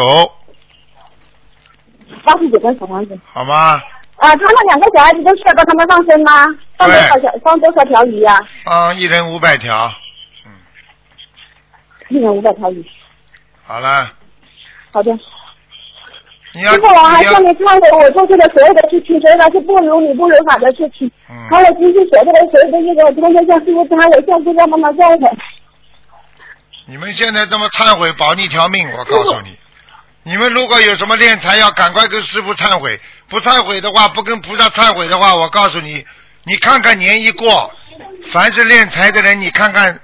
F: 八十九张小房子。
A: 好吗？
F: 啊、他们两个小孩子都需要帮他们放生吗？放多少条？放多少条鱼呀、啊？
A: 啊，一人五百条，
F: 一人五百条鱼。
A: 好了，
F: 好的。
A: 你要
F: 师
A: 你
F: 傅，我还
A: 要
F: 向你忏悔，我做出的所有的事情，所有的是不如你不如法的事情。
A: 嗯
F: 还有今天所做的所有的业果，我今天向师傅忏悔，向菩萨妈妈忏悔。
A: 你们现在这么忏悔，保你条命，我告诉你。你们如果有什么敛财，要赶快跟师傅忏悔。不忏悔的话，不跟菩萨忏悔的话，我告诉你，你看看年一过，凡是敛财的人，你看看，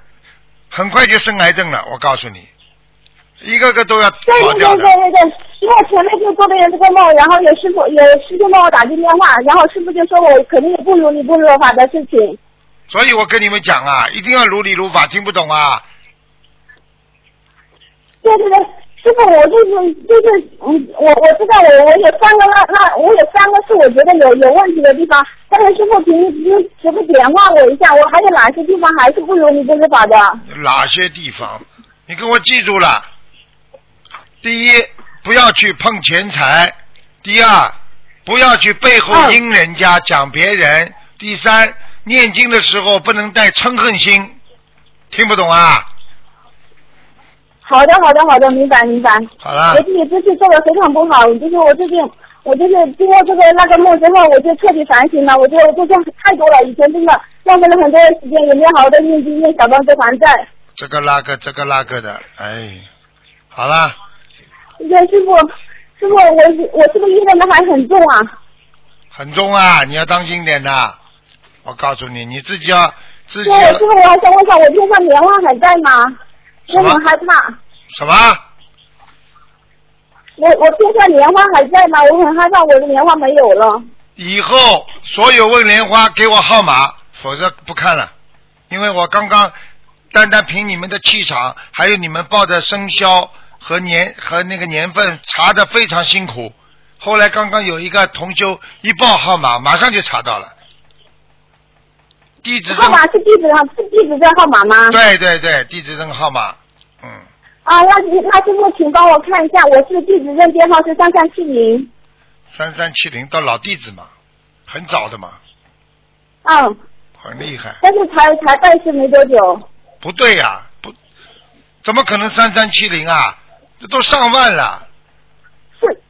A: 很快就生癌症了。我告诉你，一个个都要
F: 对
A: 跑
F: 对
A: 掉的。
F: 对对对，因为我前面就做了这个梦，然后有师傅有师兄帮我打进电话，然后师傅就说我肯定有不如你不如法的事情。
A: 所以我跟你们讲啊，一定要如理如法，听不懂啊？
F: 对对对，师傅，我就是就是，嗯，我我知道我我有三个那那我有三个是我觉得有有问题的地方，但是师傅请您您师傅点化我一下，我还有哪些地方还是不如你这个法的？
A: 哪些地方？你给我记住了。第一，不要去碰钱财；第二，不要去背后阴人家、讲别人；第三，念经的时候不能带嗔恨心。听不懂啊？
F: 好的好的好的，明白明白。
A: 好了
F: 我，自己这次做的非常不好，就是我最近。我就是经过这个那个梦之后，我就彻底反省了。我觉得我做错太多了，以前真的浪费了很多的时间，也没有好好的念经、念小房子还债。
A: 这个那个，这个那个的，哎，好了，
F: 对，师傅，师傅，我是我是不是业障的还很重啊？
A: 很重啊，你要当心点呐。我告诉你，你自己要自己
F: 对，
A: 要
F: 师傅，我还想问一下，我天上莲花还在吗？我
A: 什么
F: 很害怕，
A: 什么？
F: 我我天上莲花还在吗？我很害怕我的莲花没有了。
A: 以后所有问莲花给我号码，否则不看了，因为我刚刚单单凭你们的气场，还有你们报的生肖和年和那个年份查的非常辛苦。后来刚刚有一个同修一报号码，马上就查到了，地址
F: 号
A: 证
F: 码是地址上是地址证号码吗？
A: 对对对，地址证号码，嗯，
F: 啊，那那师傅，请帮我看一下，我是地址证编号是三三七零。
A: 三三七零到老地址嘛，很早的嘛，
F: 嗯，
A: 很厉害。
F: 但是才才拜师没多久。
A: 不对呀、不，怎么可能三三七零啊？这都上万了，
F: 是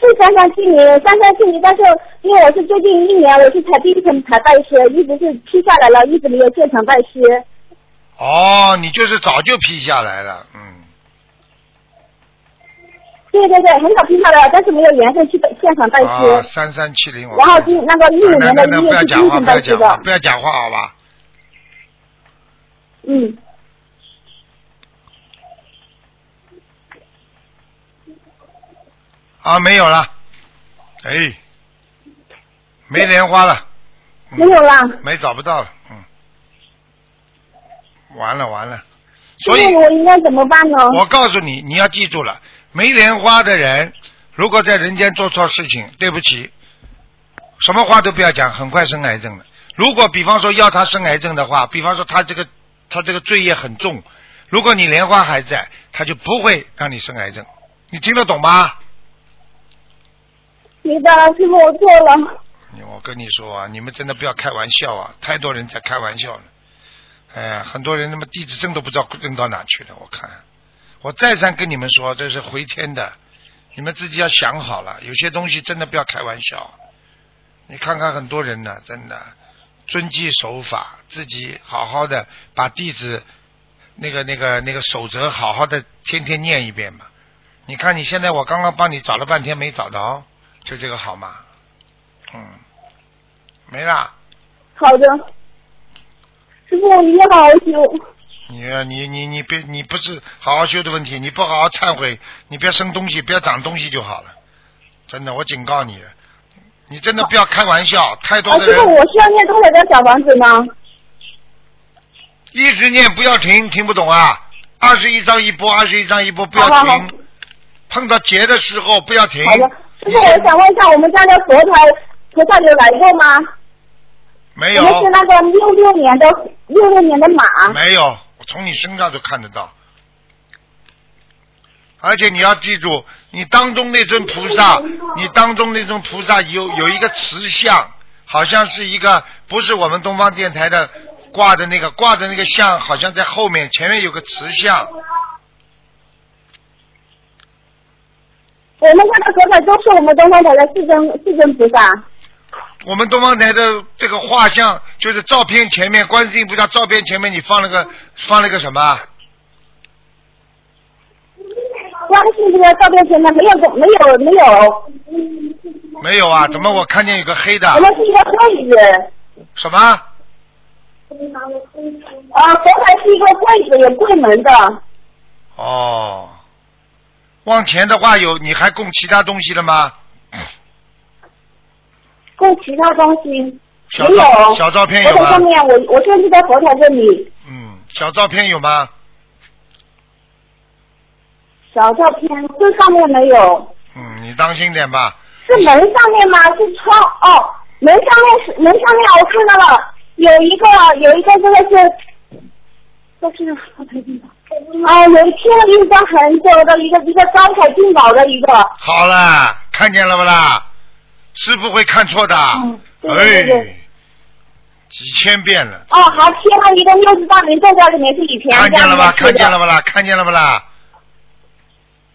F: 是三三七零，三三七零，但是因为我是最近一年我是才第一层才拜师，一直是批下来了，一直没有现场拜师。
A: 哦，你就是早就批下来了，嗯，
F: 对对对，很早批下来了，但是没有缘分去拜现场拜师。
A: 啊，三三七零，我
F: 然后今那个一五
A: 那
F: 年
A: 那哎
F: 的
A: 那
F: 一
A: 不
F: 月
A: 要
F: 是第
A: 讲
F: 一
A: 话，
F: 层
A: 不
F: 拜
A: 要
F: 师
A: 讲话，
F: 的，
A: 不要讲话，好吧？
F: 嗯。
A: 啊，没有了，哎，没莲花了，嗯
F: 没有啦，
A: 没找不到了，嗯，完了完了，所
F: 所
A: 以
F: 以我应该怎么办呢？
A: 我告诉你，你要记住了，没莲花的人，如果在人间做错事情，对不起，什么话都不要讲，很快生癌症了。如果比方说要他生癌症的话，比方说他这个他这个罪业很重，如果你莲花还在，他就不会让你生癌症。你听得懂吗？
F: 明白了，师傅，我错了。
A: 你我跟你说啊，你们真的不要开玩笑啊！太多人在开玩笑了，哎，很多人他妈地址证都不知道扔到哪去了。我看，我再三跟你们说，这是回天的，你们自己要想好了。有些东西真的不要开玩笑。你看看很多人呢、真的遵纪守法，自己好好的把地址那个那个那个守则好好的天天念一遍嘛。你看你现在我刚刚帮你找了半天没找到，就这个好吗？嗯，没啦。
F: 好的，师傅，你好好修。
A: 你啊你你你别你不是好好修的问题，你不好好忏悔，你不要生东西，不要长东西就好了。真的，我警告你，你真的不要开玩笑，太多
F: 啊，
A: 的
F: 师傅，
A: 人
F: 我需要念多少张小房子呢？
A: 一直念不要停，听不懂啊？二十一章一波，二十一章一波，不要
F: 好好好
A: 停。碰到劫的时候不要停。
F: 好的，师
A: 你
F: 傅，
A: 先
F: 我想问一下，我们家的佛台菩萨有来过吗？
A: 没有
F: 我们是那个六六年的六六年的马。
A: 没有，我从你身上就看得到。而且你要记住，你当中那尊菩萨，你当中那尊菩萨有有一个慈像，好像是一个不是我们东方电台的挂的那个挂的那个像，好像在后面，前面有个慈像。
F: 我们家的佛台都是我们东方台的四尊四尊菩萨。
A: 我们东方台的这个画像，就是照片前面观世音菩萨照片前面，你放了个放了个什么啊？
F: 光是这个照片前面没有个没有没有，
A: 没有啊？怎么我看见有个黑的
F: 我？们是一个柜子。
A: 什么？
F: 啊，佛台是一个柜子，有柜门的。
A: 哦，往前的话有，你还供其他东西了吗？
F: 供其他东西。
A: 小
F: 没
A: 照
F: 有
A: 小照片
F: 佛
A: 有
F: 台上
A: 吗？
F: 面，我我现在就在佛台这里，
A: 嗯，小照片有吗？
F: 小照片这上面没有。
A: 嗯，你当心点吧。
F: 是门上面吗？是窗哦，门上面是门上面，我看到了，有一个有一个这个是，这是啊，有贴了一张很久的一个一个招财进宝的一个，哦
A: 好了，看见了不啦？师傅会看错的。
F: 嗯对对对
A: 哎，几千遍了，
F: 哦，还贴了一个六十大明咒在里面，是以前
A: 看见了吧？
F: 家
A: 看
F: 里面贴的
A: 见了不啦？看见了不啦？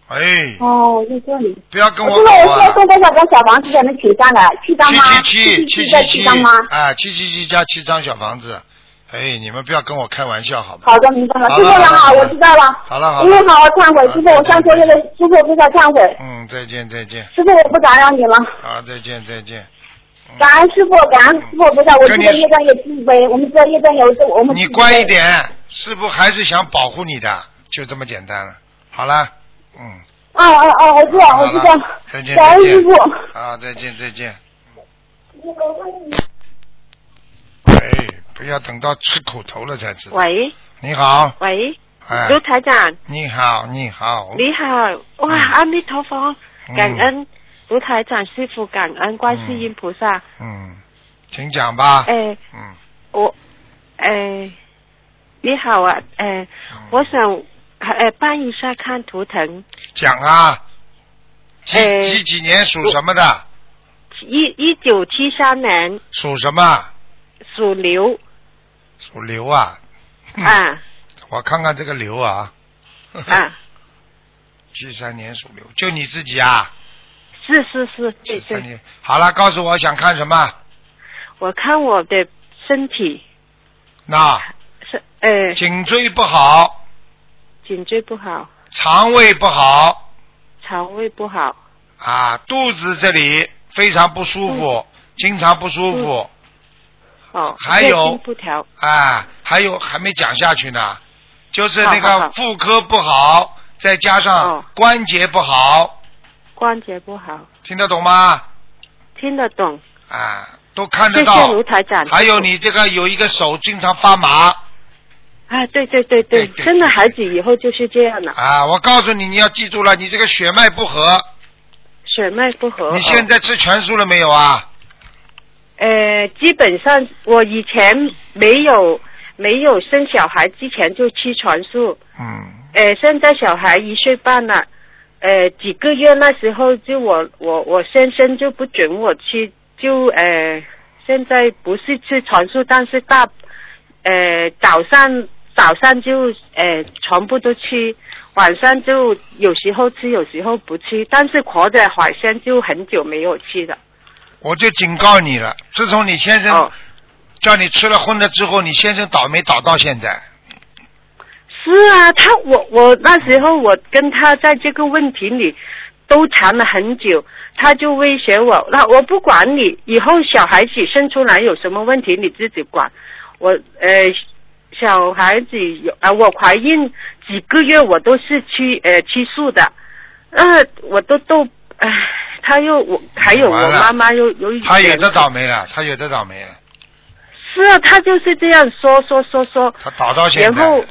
A: 哎，
F: 哦，在这里。
A: 不要跟
F: 我
A: 我
F: 知道
A: 搞
F: 我现在
A: 啊！
F: 送多少张小房子才能请上来？七张吗？
A: 七七七
F: 七
A: 七
F: 再
A: 七
F: 七
A: 七
F: 张吗？
A: 啊，七七七加七张小房子。哎，你们不要跟我开玩笑好吗？
F: 好的，明白了，
A: 好
F: 师
A: 了
F: 傅了
A: 好
F: 哈，
A: 了
F: 我知道了。
A: 好了好了
F: 因为好好忏悔，师傅，我上次那个师傅非常忏悔，
A: 嗯，再见再见，
F: 师傅我不打扰你了。
A: 好，啊再见再见。
F: 感恩师傅，感恩师傅不是，我这个业障也自卑，我们这业障也是我们自己
A: 你乖一点，师傅还是想保护你的，就这么简单了。好了，嗯，
F: 哦哦哦，我知道，我
A: 好
F: 知
A: 了
F: 道。
A: 再见
F: 感
A: 再
F: 恩师
A: 见
F: 傅。
A: 啊，再见再见。
F: 嗯
A: 喂，哎不要等到吃口头了才知道。
G: 喂
A: 你好，
G: 喂，
A: 哎，
G: 卢台长，
A: 你好，你好，
G: 你好，哇，阿弥陀佛，
A: 嗯
G: 感恩卢台长师傅，感恩观世音菩萨。
A: 嗯，请讲吧，
G: 哎，
A: 嗯，
G: 我，哎，你好啊，哎，
A: 嗯
G: 我想，哎，帮一下看图腾，
A: 讲啊，几
G: 哎
A: 几几年属什么的？
G: 一一九七三年
A: 属什么？
G: 属牛
A: 属牛啊，嗯
G: 啊
A: 我看看这个牛啊，
G: 啊，
A: *laughs* 七三年属牛，就你自己啊，
G: 是是是，对
A: 七三
G: 对，
A: 年，好了，告诉我想看什么？
G: 我看我的身体
A: 那
G: 是，哎，
A: 颈椎不好，
G: 颈椎不好，
A: 肠胃不好，
G: 肠胃不好，
A: 啊，肚子这里非常不舒服，
G: 嗯
A: 经常不舒服，
G: 哦，
A: 还有
G: 月经不调，
A: 啊，还有还没讲下去呢，就是那
G: 好好
A: 个
G: 好
A: 妇科不好，再加上
G: 哦
A: 关节不好，
G: 关节不好，
A: 听得懂吗？
G: 听得懂。
A: 啊，都看得
G: 谢
A: 到
G: 谢。卢台长。
A: 还有你这个有一个手经常发麻
G: 啊，对对对对，
A: 对对
G: 生了孩子以后就是这样了，
A: 啊，我告诉你，你要记住了，你这个血脉不和。
G: 血脉不和。
A: 你现
G: 哦？
A: 在吃全素了没有啊？
G: 呃，基本上我以前没有没有生小孩之前就吃全素，
A: 嗯，
G: 呃，现在小孩一岁半了，呃，几个月那时候就我我我先生就不准我吃，就呃，现在不是吃全素，但是大呃早上早上就呃全部都吃，晚上就有时候吃，有时候不吃，但是活着好像就很久没有吃了。
A: 我就警告你了，自从你先生
G: 哦，
A: 叫你吃了荤的之后，你先生倒霉倒到现在。
G: 是啊，他我我那时候我跟他在这个问题里都谈了很久，他就威胁我，那我不管你，以后小孩子生出来有什么问题你自己管。我呃，小孩子有啊、我怀孕几个月我都是吃呃吃素的，呃，我都都唉，他又我还有
A: 完
G: 我
A: 了
G: 妈妈又有一
A: 他有
G: 点
A: 的倒霉了，他有的倒霉了，
G: 是啊，他就是这样说说说说，
A: 他倒到现
G: 然
A: 在。 *laughs*
G: 后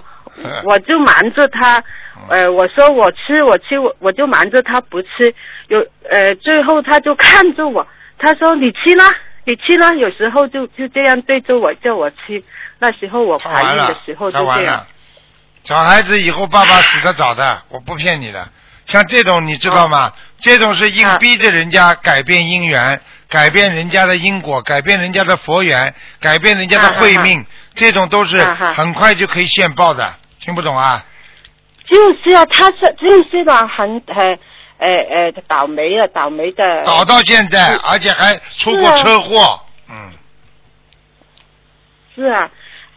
G: 我就瞒着他，
A: 嗯
G: 呃，我说我吃我吃我我就瞒着他不吃，有呃最后他就看着我，他说你吃啦你吃啦，有时候就就这样对着我叫我吃，那时候我
A: 他
G: 怀
A: 完
G: 孕的
A: 了
G: 时候，就
A: 他完
G: 这样啊
A: 了。。小孩子以后爸爸死得早的，我不骗你的。像这种你知道吗？这种是硬
G: 啊
A: 逼着人家改变姻缘，改变人家的因果，改变人家的佛缘，改变人家的
G: 啊哈
A: 慧命，这种都是
G: 啊哈
A: 很快就可以现报的。听不懂啊？
G: 就是啊，他是就是的，很很呃呃倒霉了，倒霉的。
A: 倒到现在，而且还出过
G: 呃是啊
A: 车祸。嗯，
G: 是啊，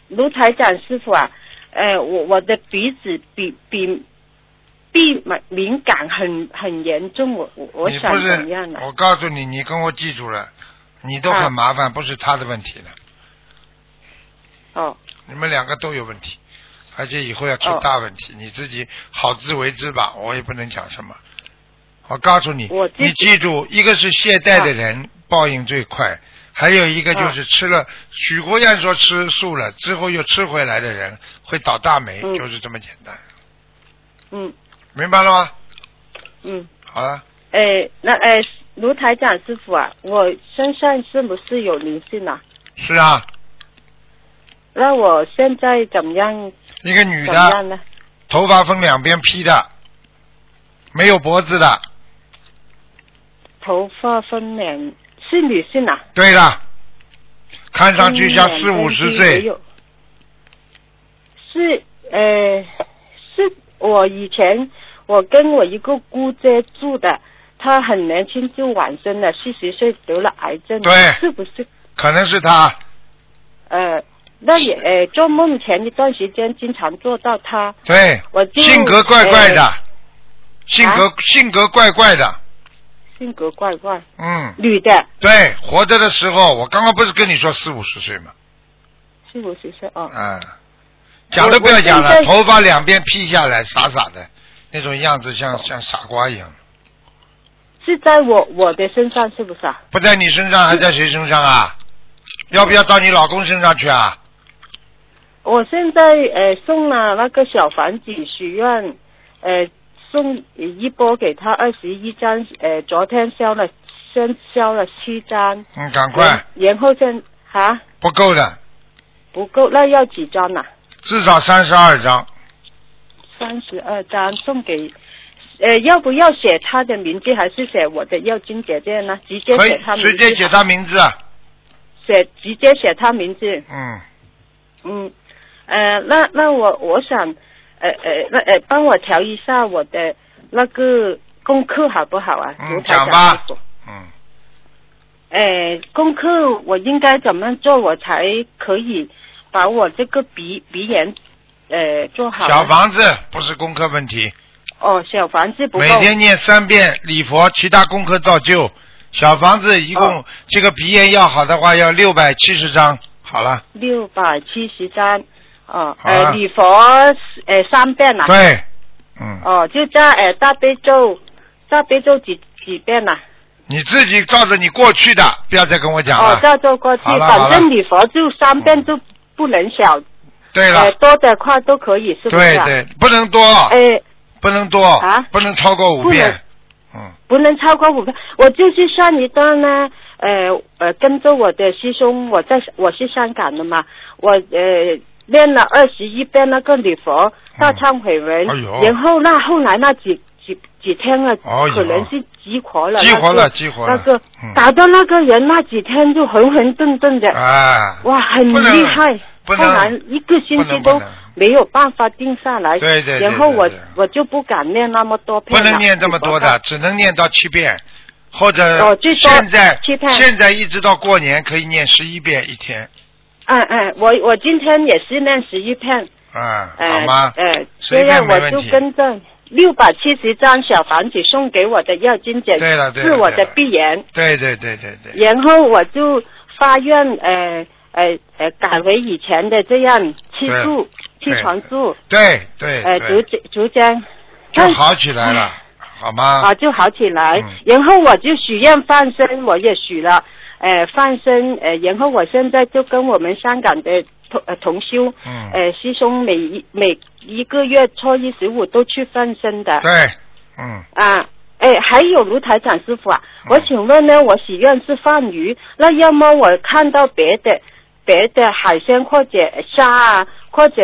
G: 卢台长师傅啊，呃，我我的鼻子比比鼻敏敏感很很严重，我我我
A: 你不
G: 想
A: 是
G: 怎样呢？
A: 我告诉你，你跟我记住了，你都
G: 啊
A: 很麻烦，不是他的问题了。
G: 哦，
A: 你们两个都有问题，而且以后要出大问题，你自己好自为之吧，我也不能讲什么。我告诉你
G: 我，自己啊
A: 你记住，一个是懈怠的人、报应最快，还有一个就是吃了、许过愿说吃素了之后又吃回来的人会倒大霉，
G: 嗯
A: 就是这么简单，
G: 嗯
A: 明白了吗？
G: 嗯，
A: 好了，
G: 哎，那哎，卢台长师傅啊，我身上是不是有灵性啊？
A: 是啊，
G: 那我现在怎么样？
A: 一个女
G: 怎么
A: 的
G: 样呢？
A: 头发分两边披的，没有脖子的，
G: 头发分两，是女性啊？
A: 对的，看上去像
G: 分
A: 四
G: 两
A: 五
G: 边
A: 十
G: 是没
A: 岁。
G: 有。是呃，是我以前我跟我一个姑姐住的，她很年轻就晚生了，四十岁得了癌症，
A: 对
G: 是不是？
A: 可能是他，
G: 呃，那也呃，做梦前一段时间经常做到她，
A: 对
G: 我，就呃
A: 性格怪怪的，性格、
G: 啊
A: 性格怪怪的，
G: 性格怪怪，
A: 嗯，
G: 女的
A: 对，活着的时候，我刚刚不是跟你说四五十岁吗？
G: 四五
A: 啊
G: 十岁哦，
A: 嗯，讲都不要讲
G: 我
A: 了，
G: 现在
A: 头发两边披下来，傻傻的，那种样子像像傻瓜一样，
G: 是在我我的身上是不是啊？
A: 不在你身上还在谁身上啊？要不要到你老公身上去啊？
G: 我现在呃送了那个小房子许愿，呃送一波给他二十一张，呃昨天消了先消了七张，
A: 嗯，赶快，
G: 然然后现啊
A: 不够的，
G: 不够，那要几张啊呐、
A: 至少三十二张。
G: 三十二张送给。呃，要不要写他的名字，还是写我的耀金姐姐呢？直接
A: 可
G: 写
A: 以
G: 他名字，
A: 直接写他名字。啊
G: 写直接写他名字。
A: 嗯，
G: 嗯，呃，那那我我想，呃呃，那呃，帮我调一下我的那个功课好不好啊？
A: 嗯
G: 卢台长
A: 讲吧
G: 师傅。
A: 嗯，
G: 呃，功课我应该怎么做，我才可以把我这个鼻鼻炎呃做好？
A: 小。房子不是功课问题，
G: 哦，小房子不够。
A: 每天念三遍礼佛，其他功课照旧。小房子一
G: 哦
A: 共、这个鼻炎要好的话要六百七十张，好了，
G: 六百七十三。哦，
A: 好啊了
G: 呃，礼佛呃三遍啊。。
A: 对，嗯，
G: 哦，就在呃大悲咒，大悲咒几几遍呐、啊？
A: 你自己照着你过去的，不要再跟我讲
G: 哦
A: 了。，
G: 照做过去，
A: 好了好
G: 反
A: 了
G: 正礼佛就三遍就不能小，
A: 对了，
G: 呃，多的快都可以，是不是、
A: 对
G: 啊？
A: 对，不能多，
G: 哎，
A: 不能多，
G: 啊
A: 不能超过五
G: 不能
A: 遍。嗯，
G: 不能超过五遍。我就是上一段呢，呃呃，跟着我的师兄，我在我是香港的嘛，我呃练了二十一遍那个礼佛大忏悔文，
A: 哎呦
G: 然后那后来那几几几天啊，
A: 哎呦
G: 可能是激活了，
A: 激活
G: 那
A: 了，
G: 个
A: 激活
G: 那
A: 了。
G: 个
A: 嗯，
G: 搞到那个人那几天就混混沌沌的，
A: 啊，
G: 哇，很
A: 不能
G: 厉害。
A: 不
G: 后来
A: 能，
G: 一个星期都没有办法定下来，
A: 对对对
G: 然后我
A: 对对
G: 我就不敢念那么多遍
A: 不
G: 了
A: 能念这么多的，，只能念到七遍，或者
G: 哦最多
A: 现在
G: 七遍
A: 现在一直到过年可以念十一遍一天，
G: 嗯嗯，我我今天也是念十一片，
A: 啊，好
G: 呃
A: 吗？
G: 呃，
A: 十一
G: 这
A: 遍
G: 样
A: 没
G: 我
A: 问
G: 就
A: 题
G: 跟着六百七十张小房子送给我的药金姐，
A: 对了对了
G: 是我
A: 对
G: 的
A: 了
G: 必然，
A: 对对对对对，
G: 然后我就发愿呃呃呃改为以前的这样吃
A: 对
G: 素、吃
A: 对
G: 床素，
A: 对对
G: 呃
A: 对
G: 逐，逐渐，
A: 就
G: 但
A: 好起来了，好吗
G: 啊，？就好起来。
A: 嗯
G: 然后我就许愿放生，我也许了，呃，放生，呃，然后我现在就跟我们香港的同呃同修，
A: 嗯，
G: 呃，师兄每一每一个月初一十五都去放生的。
A: 对，嗯，
G: 啊，哎，还有卢台长师傅啊，
A: 嗯
G: 我请问呢，我许愿是放鱼，那要么我看到别的别的海鲜或者虾啊，或者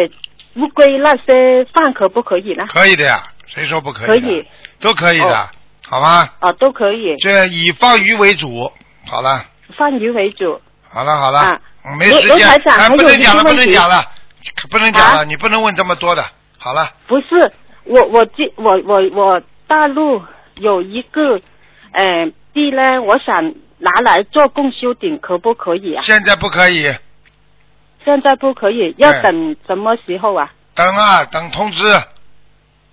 G: 乌龟那些放可不可以呢？
A: 可以的呀，谁说不可
G: 啊可
A: 以的？
G: 以，
A: 都可以
G: 哦
A: 的，好吗？
G: 啊，都可以，
A: 这以放鱼为主，好了，
G: 放鱼为主。
A: 好了，好了，
G: 啊
A: 嗯没时
G: 卢卢
A: 间，
G: 台长
A: 哎，
G: 还
A: 不
G: 有
A: 能
G: 一个
A: 讲了，不
G: 问
A: 能
G: 题
A: 讲了，不能讲
G: 啊
A: 了，你不能问这么多的，好了，
G: 不是，我我记我我我大陆有一个呃地呢，我想拿来做供修顶，可不可以啊？
A: 现在不可以，
G: 现在不可
A: 哎
G: 以，要等什么时候啊？
A: 等啊，等通知，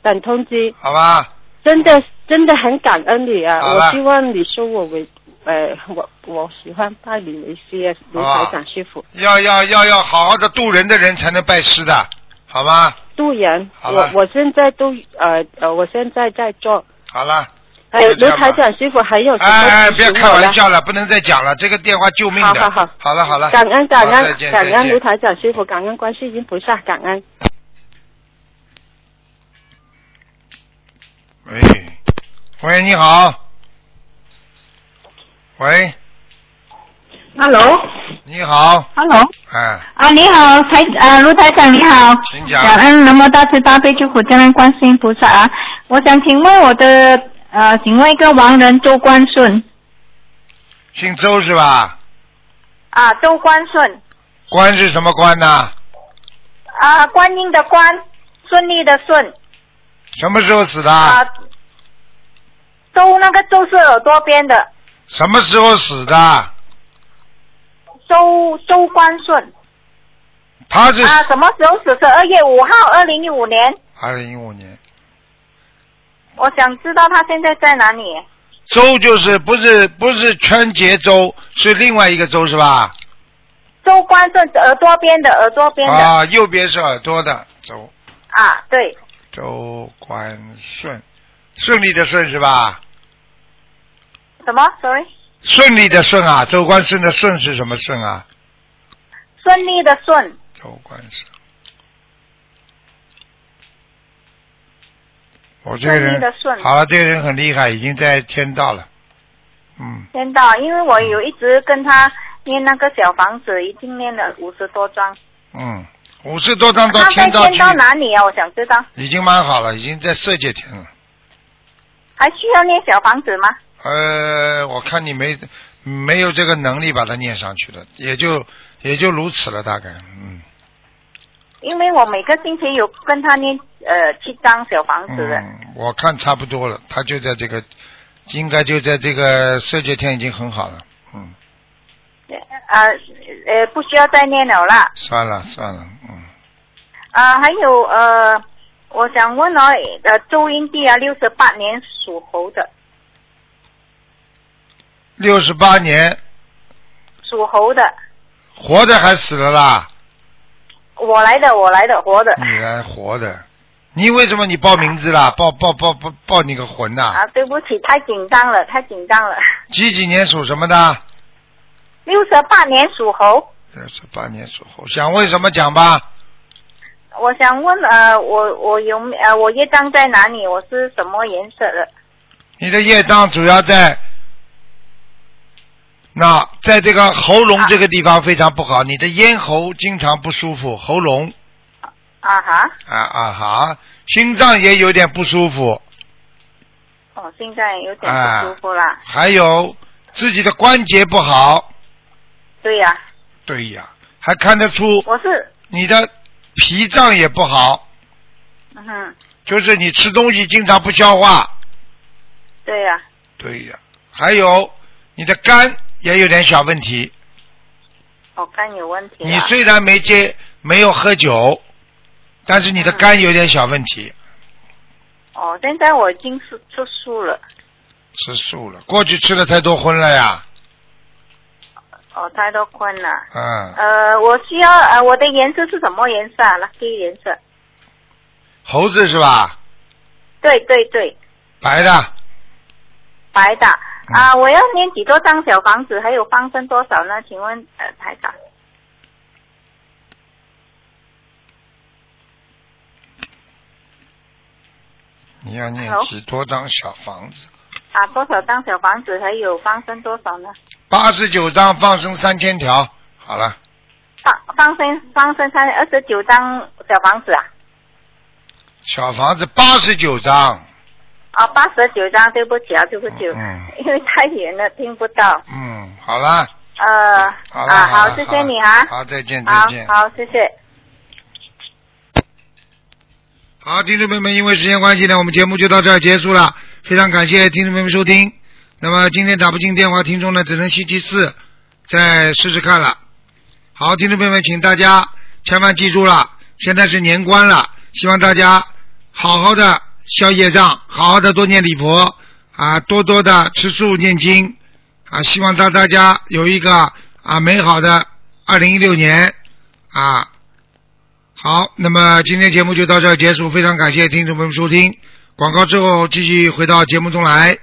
G: 等通知。
A: 好吧？
G: 真的真的很感恩你啊！
A: 嗯好
G: 我
A: 了
G: 希望你收我为呃，我我喜欢拜你为师，卢
A: 啊
G: 台长师傅。
A: 要要要要好好的渡人的人才能拜师的，好吗？
G: 渡人，
A: 好
G: 我
A: 了
G: 我现在都呃呃，我现在在做。
A: 好了，
G: 哎，
A: 就这
G: 卢
A: 样吧
G: 台长师傅还有什么
A: 哎哎，
G: 提
A: 不要
G: 醒
A: 开
G: 我的
A: 玩笑了，不能再讲了，这个电话救命的。
G: 好好好
A: 了好了，
G: 感恩感
A: 好再见
G: 恩感
A: 再
G: 恩
A: 见
G: 卢台长师傅，感恩观世音菩萨，感恩。
A: 喂，喂，你好，喂，
H: Hello，Hello
A: 你好，哎，
H: 啊，你好，台啊，卢台长你好，
A: 请讲
H: 感恩南无大慈大悲救苦救难观世音菩萨啊，我想请问我的呃，请问一个亡人周光顺
A: 姓周是吧？
I: 啊，周关顺
A: 关是什么关呢？
I: 啊，观音的观，顺利的顺
A: 什么时候死的？
I: 啊，周那个周是耳朵边的
A: 什么时候死的？
I: 周周关顺
A: 他是
I: 啊，什么时候死？十二月五号，二零一五年。
A: 二零一五年，
I: 我想知道他现在在哪里
A: 周就是不是不是春节周，是另外一个周是吧？
I: 周关顺耳朵边的耳朵边的
A: 啊，右边是耳朵的周，
I: 啊，对，
A: 周关顺，顺利的顺是吧？
D: 什么？sorry，
A: 顺利的顺啊，周关顺的顺是什么顺啊？
D: 顺利的顺，
A: 周关顺。我哦这个
D: 顺利的
A: 人
D: 顺
A: 好了，这个人很厉害，已经在天道了。嗯，
D: 念到，因为我有一直跟他念那个小房子，已经念了五十多章。
A: 嗯，五十多张到
D: 他在
A: 天道
D: 天
A: 去，
D: 到哪里啊？我想知道，
A: 已经蛮好了，已经在色界天了。
D: 还需要念小房子吗？
A: 呃，我看你没没有这个能力把它念上去的，也就也就如此了，大概，嗯
D: 因为我每个星期有跟他念呃七张小房子的。
A: 嗯，我看差不多了，他就在这个，应该就在这个色界天已经很好了，嗯，
I: 啊
D: 呃呃，不需要再念了啦。
A: 算了算了，嗯，
D: 啊，还有呃，我想问哦，呃，周英帝啊，六十八年属猴的，
A: 六十八年
D: 属猴的，
A: 活的还死了
D: 啊
A: 啦？
D: 我来的，我来的，活的
A: 你还活的，你为什么你报名字啦？报报报报报你个魂呐、
D: 啊，对不起，太紧张了，太紧张了。
A: 几几年属什么的？
D: 六十八年属猴，
A: 六十八年属猴，想问什么讲吧？
D: 我想问呃，我我有没呃，我业障在哪里？我是什么颜色的？
A: 你的业障主要在那，在这个喉咙这个地方非常不好，你的咽喉经常不舒服，喉咙
D: 啊哈，
A: 啊啊哈，心脏也有点不舒服，
D: 哦，现在有点不舒服啦。
A: 还有自己的关节不好。
D: 对呀、
A: 对呀，还看得出
D: 我是
A: 你的脾脏也不好，
D: 嗯哼，
A: 就是你吃东西经常不消化。
D: 对呀、
A: 对呀，还有你的肝也有点小问题。
D: 我肝有问题、
A: 你
D: 啊。
A: 虽然没接没有喝酒，但是你的
D: 嗯
A: 肝有点小问题，
D: 哦，现在我已经是吃素了。
A: 吃素了，过去吃了太多荤了呀，
D: 哦，太多困了。
A: 嗯，
D: 呃，我需要呃，我的颜色是什么颜色啊？垃圾颜色。
A: 猴子是吧？
D: 对对对，
A: 白的，
D: 白的。啊、我要念几多张小房子，还有放生多少呢？请问呃，台长，
A: 你要念
D: 好
A: 几多张小房子？
D: 啊，多少张小房子，还有放生多少呢？
A: 八十九张放生三千条，好了，
D: 放放生放生三二十九张小房子啊，
A: 小房子八十九张，
D: 啊，八十九张，对不起啊，对不起，
A: 嗯
D: *laughs* 因为太远了听不到。
A: 嗯，好了，
D: 呃，
A: 好了，
D: 啊，
A: 好了
D: 谢谢你啊，
A: 好，再见，再
D: 好
A: 见，
D: 好，谢谢。
A: 好，听众朋友们，因为时间关系呢，我们节目就到这儿结束了。非常感谢听众朋友们收听。那么今天打不进电话，听众呢只能星期四再试试看了。好，听众朋友们，请大家千万记住了，现在是年关了，希望大家好好的消业障，好好的多念礼佛啊，多多的吃素念经啊，希望大大家有一个啊美好的二零一六年啊。好，那么今天节目就到这儿结束，非常感谢听众朋友们收听。广告之后继续回到节目中来。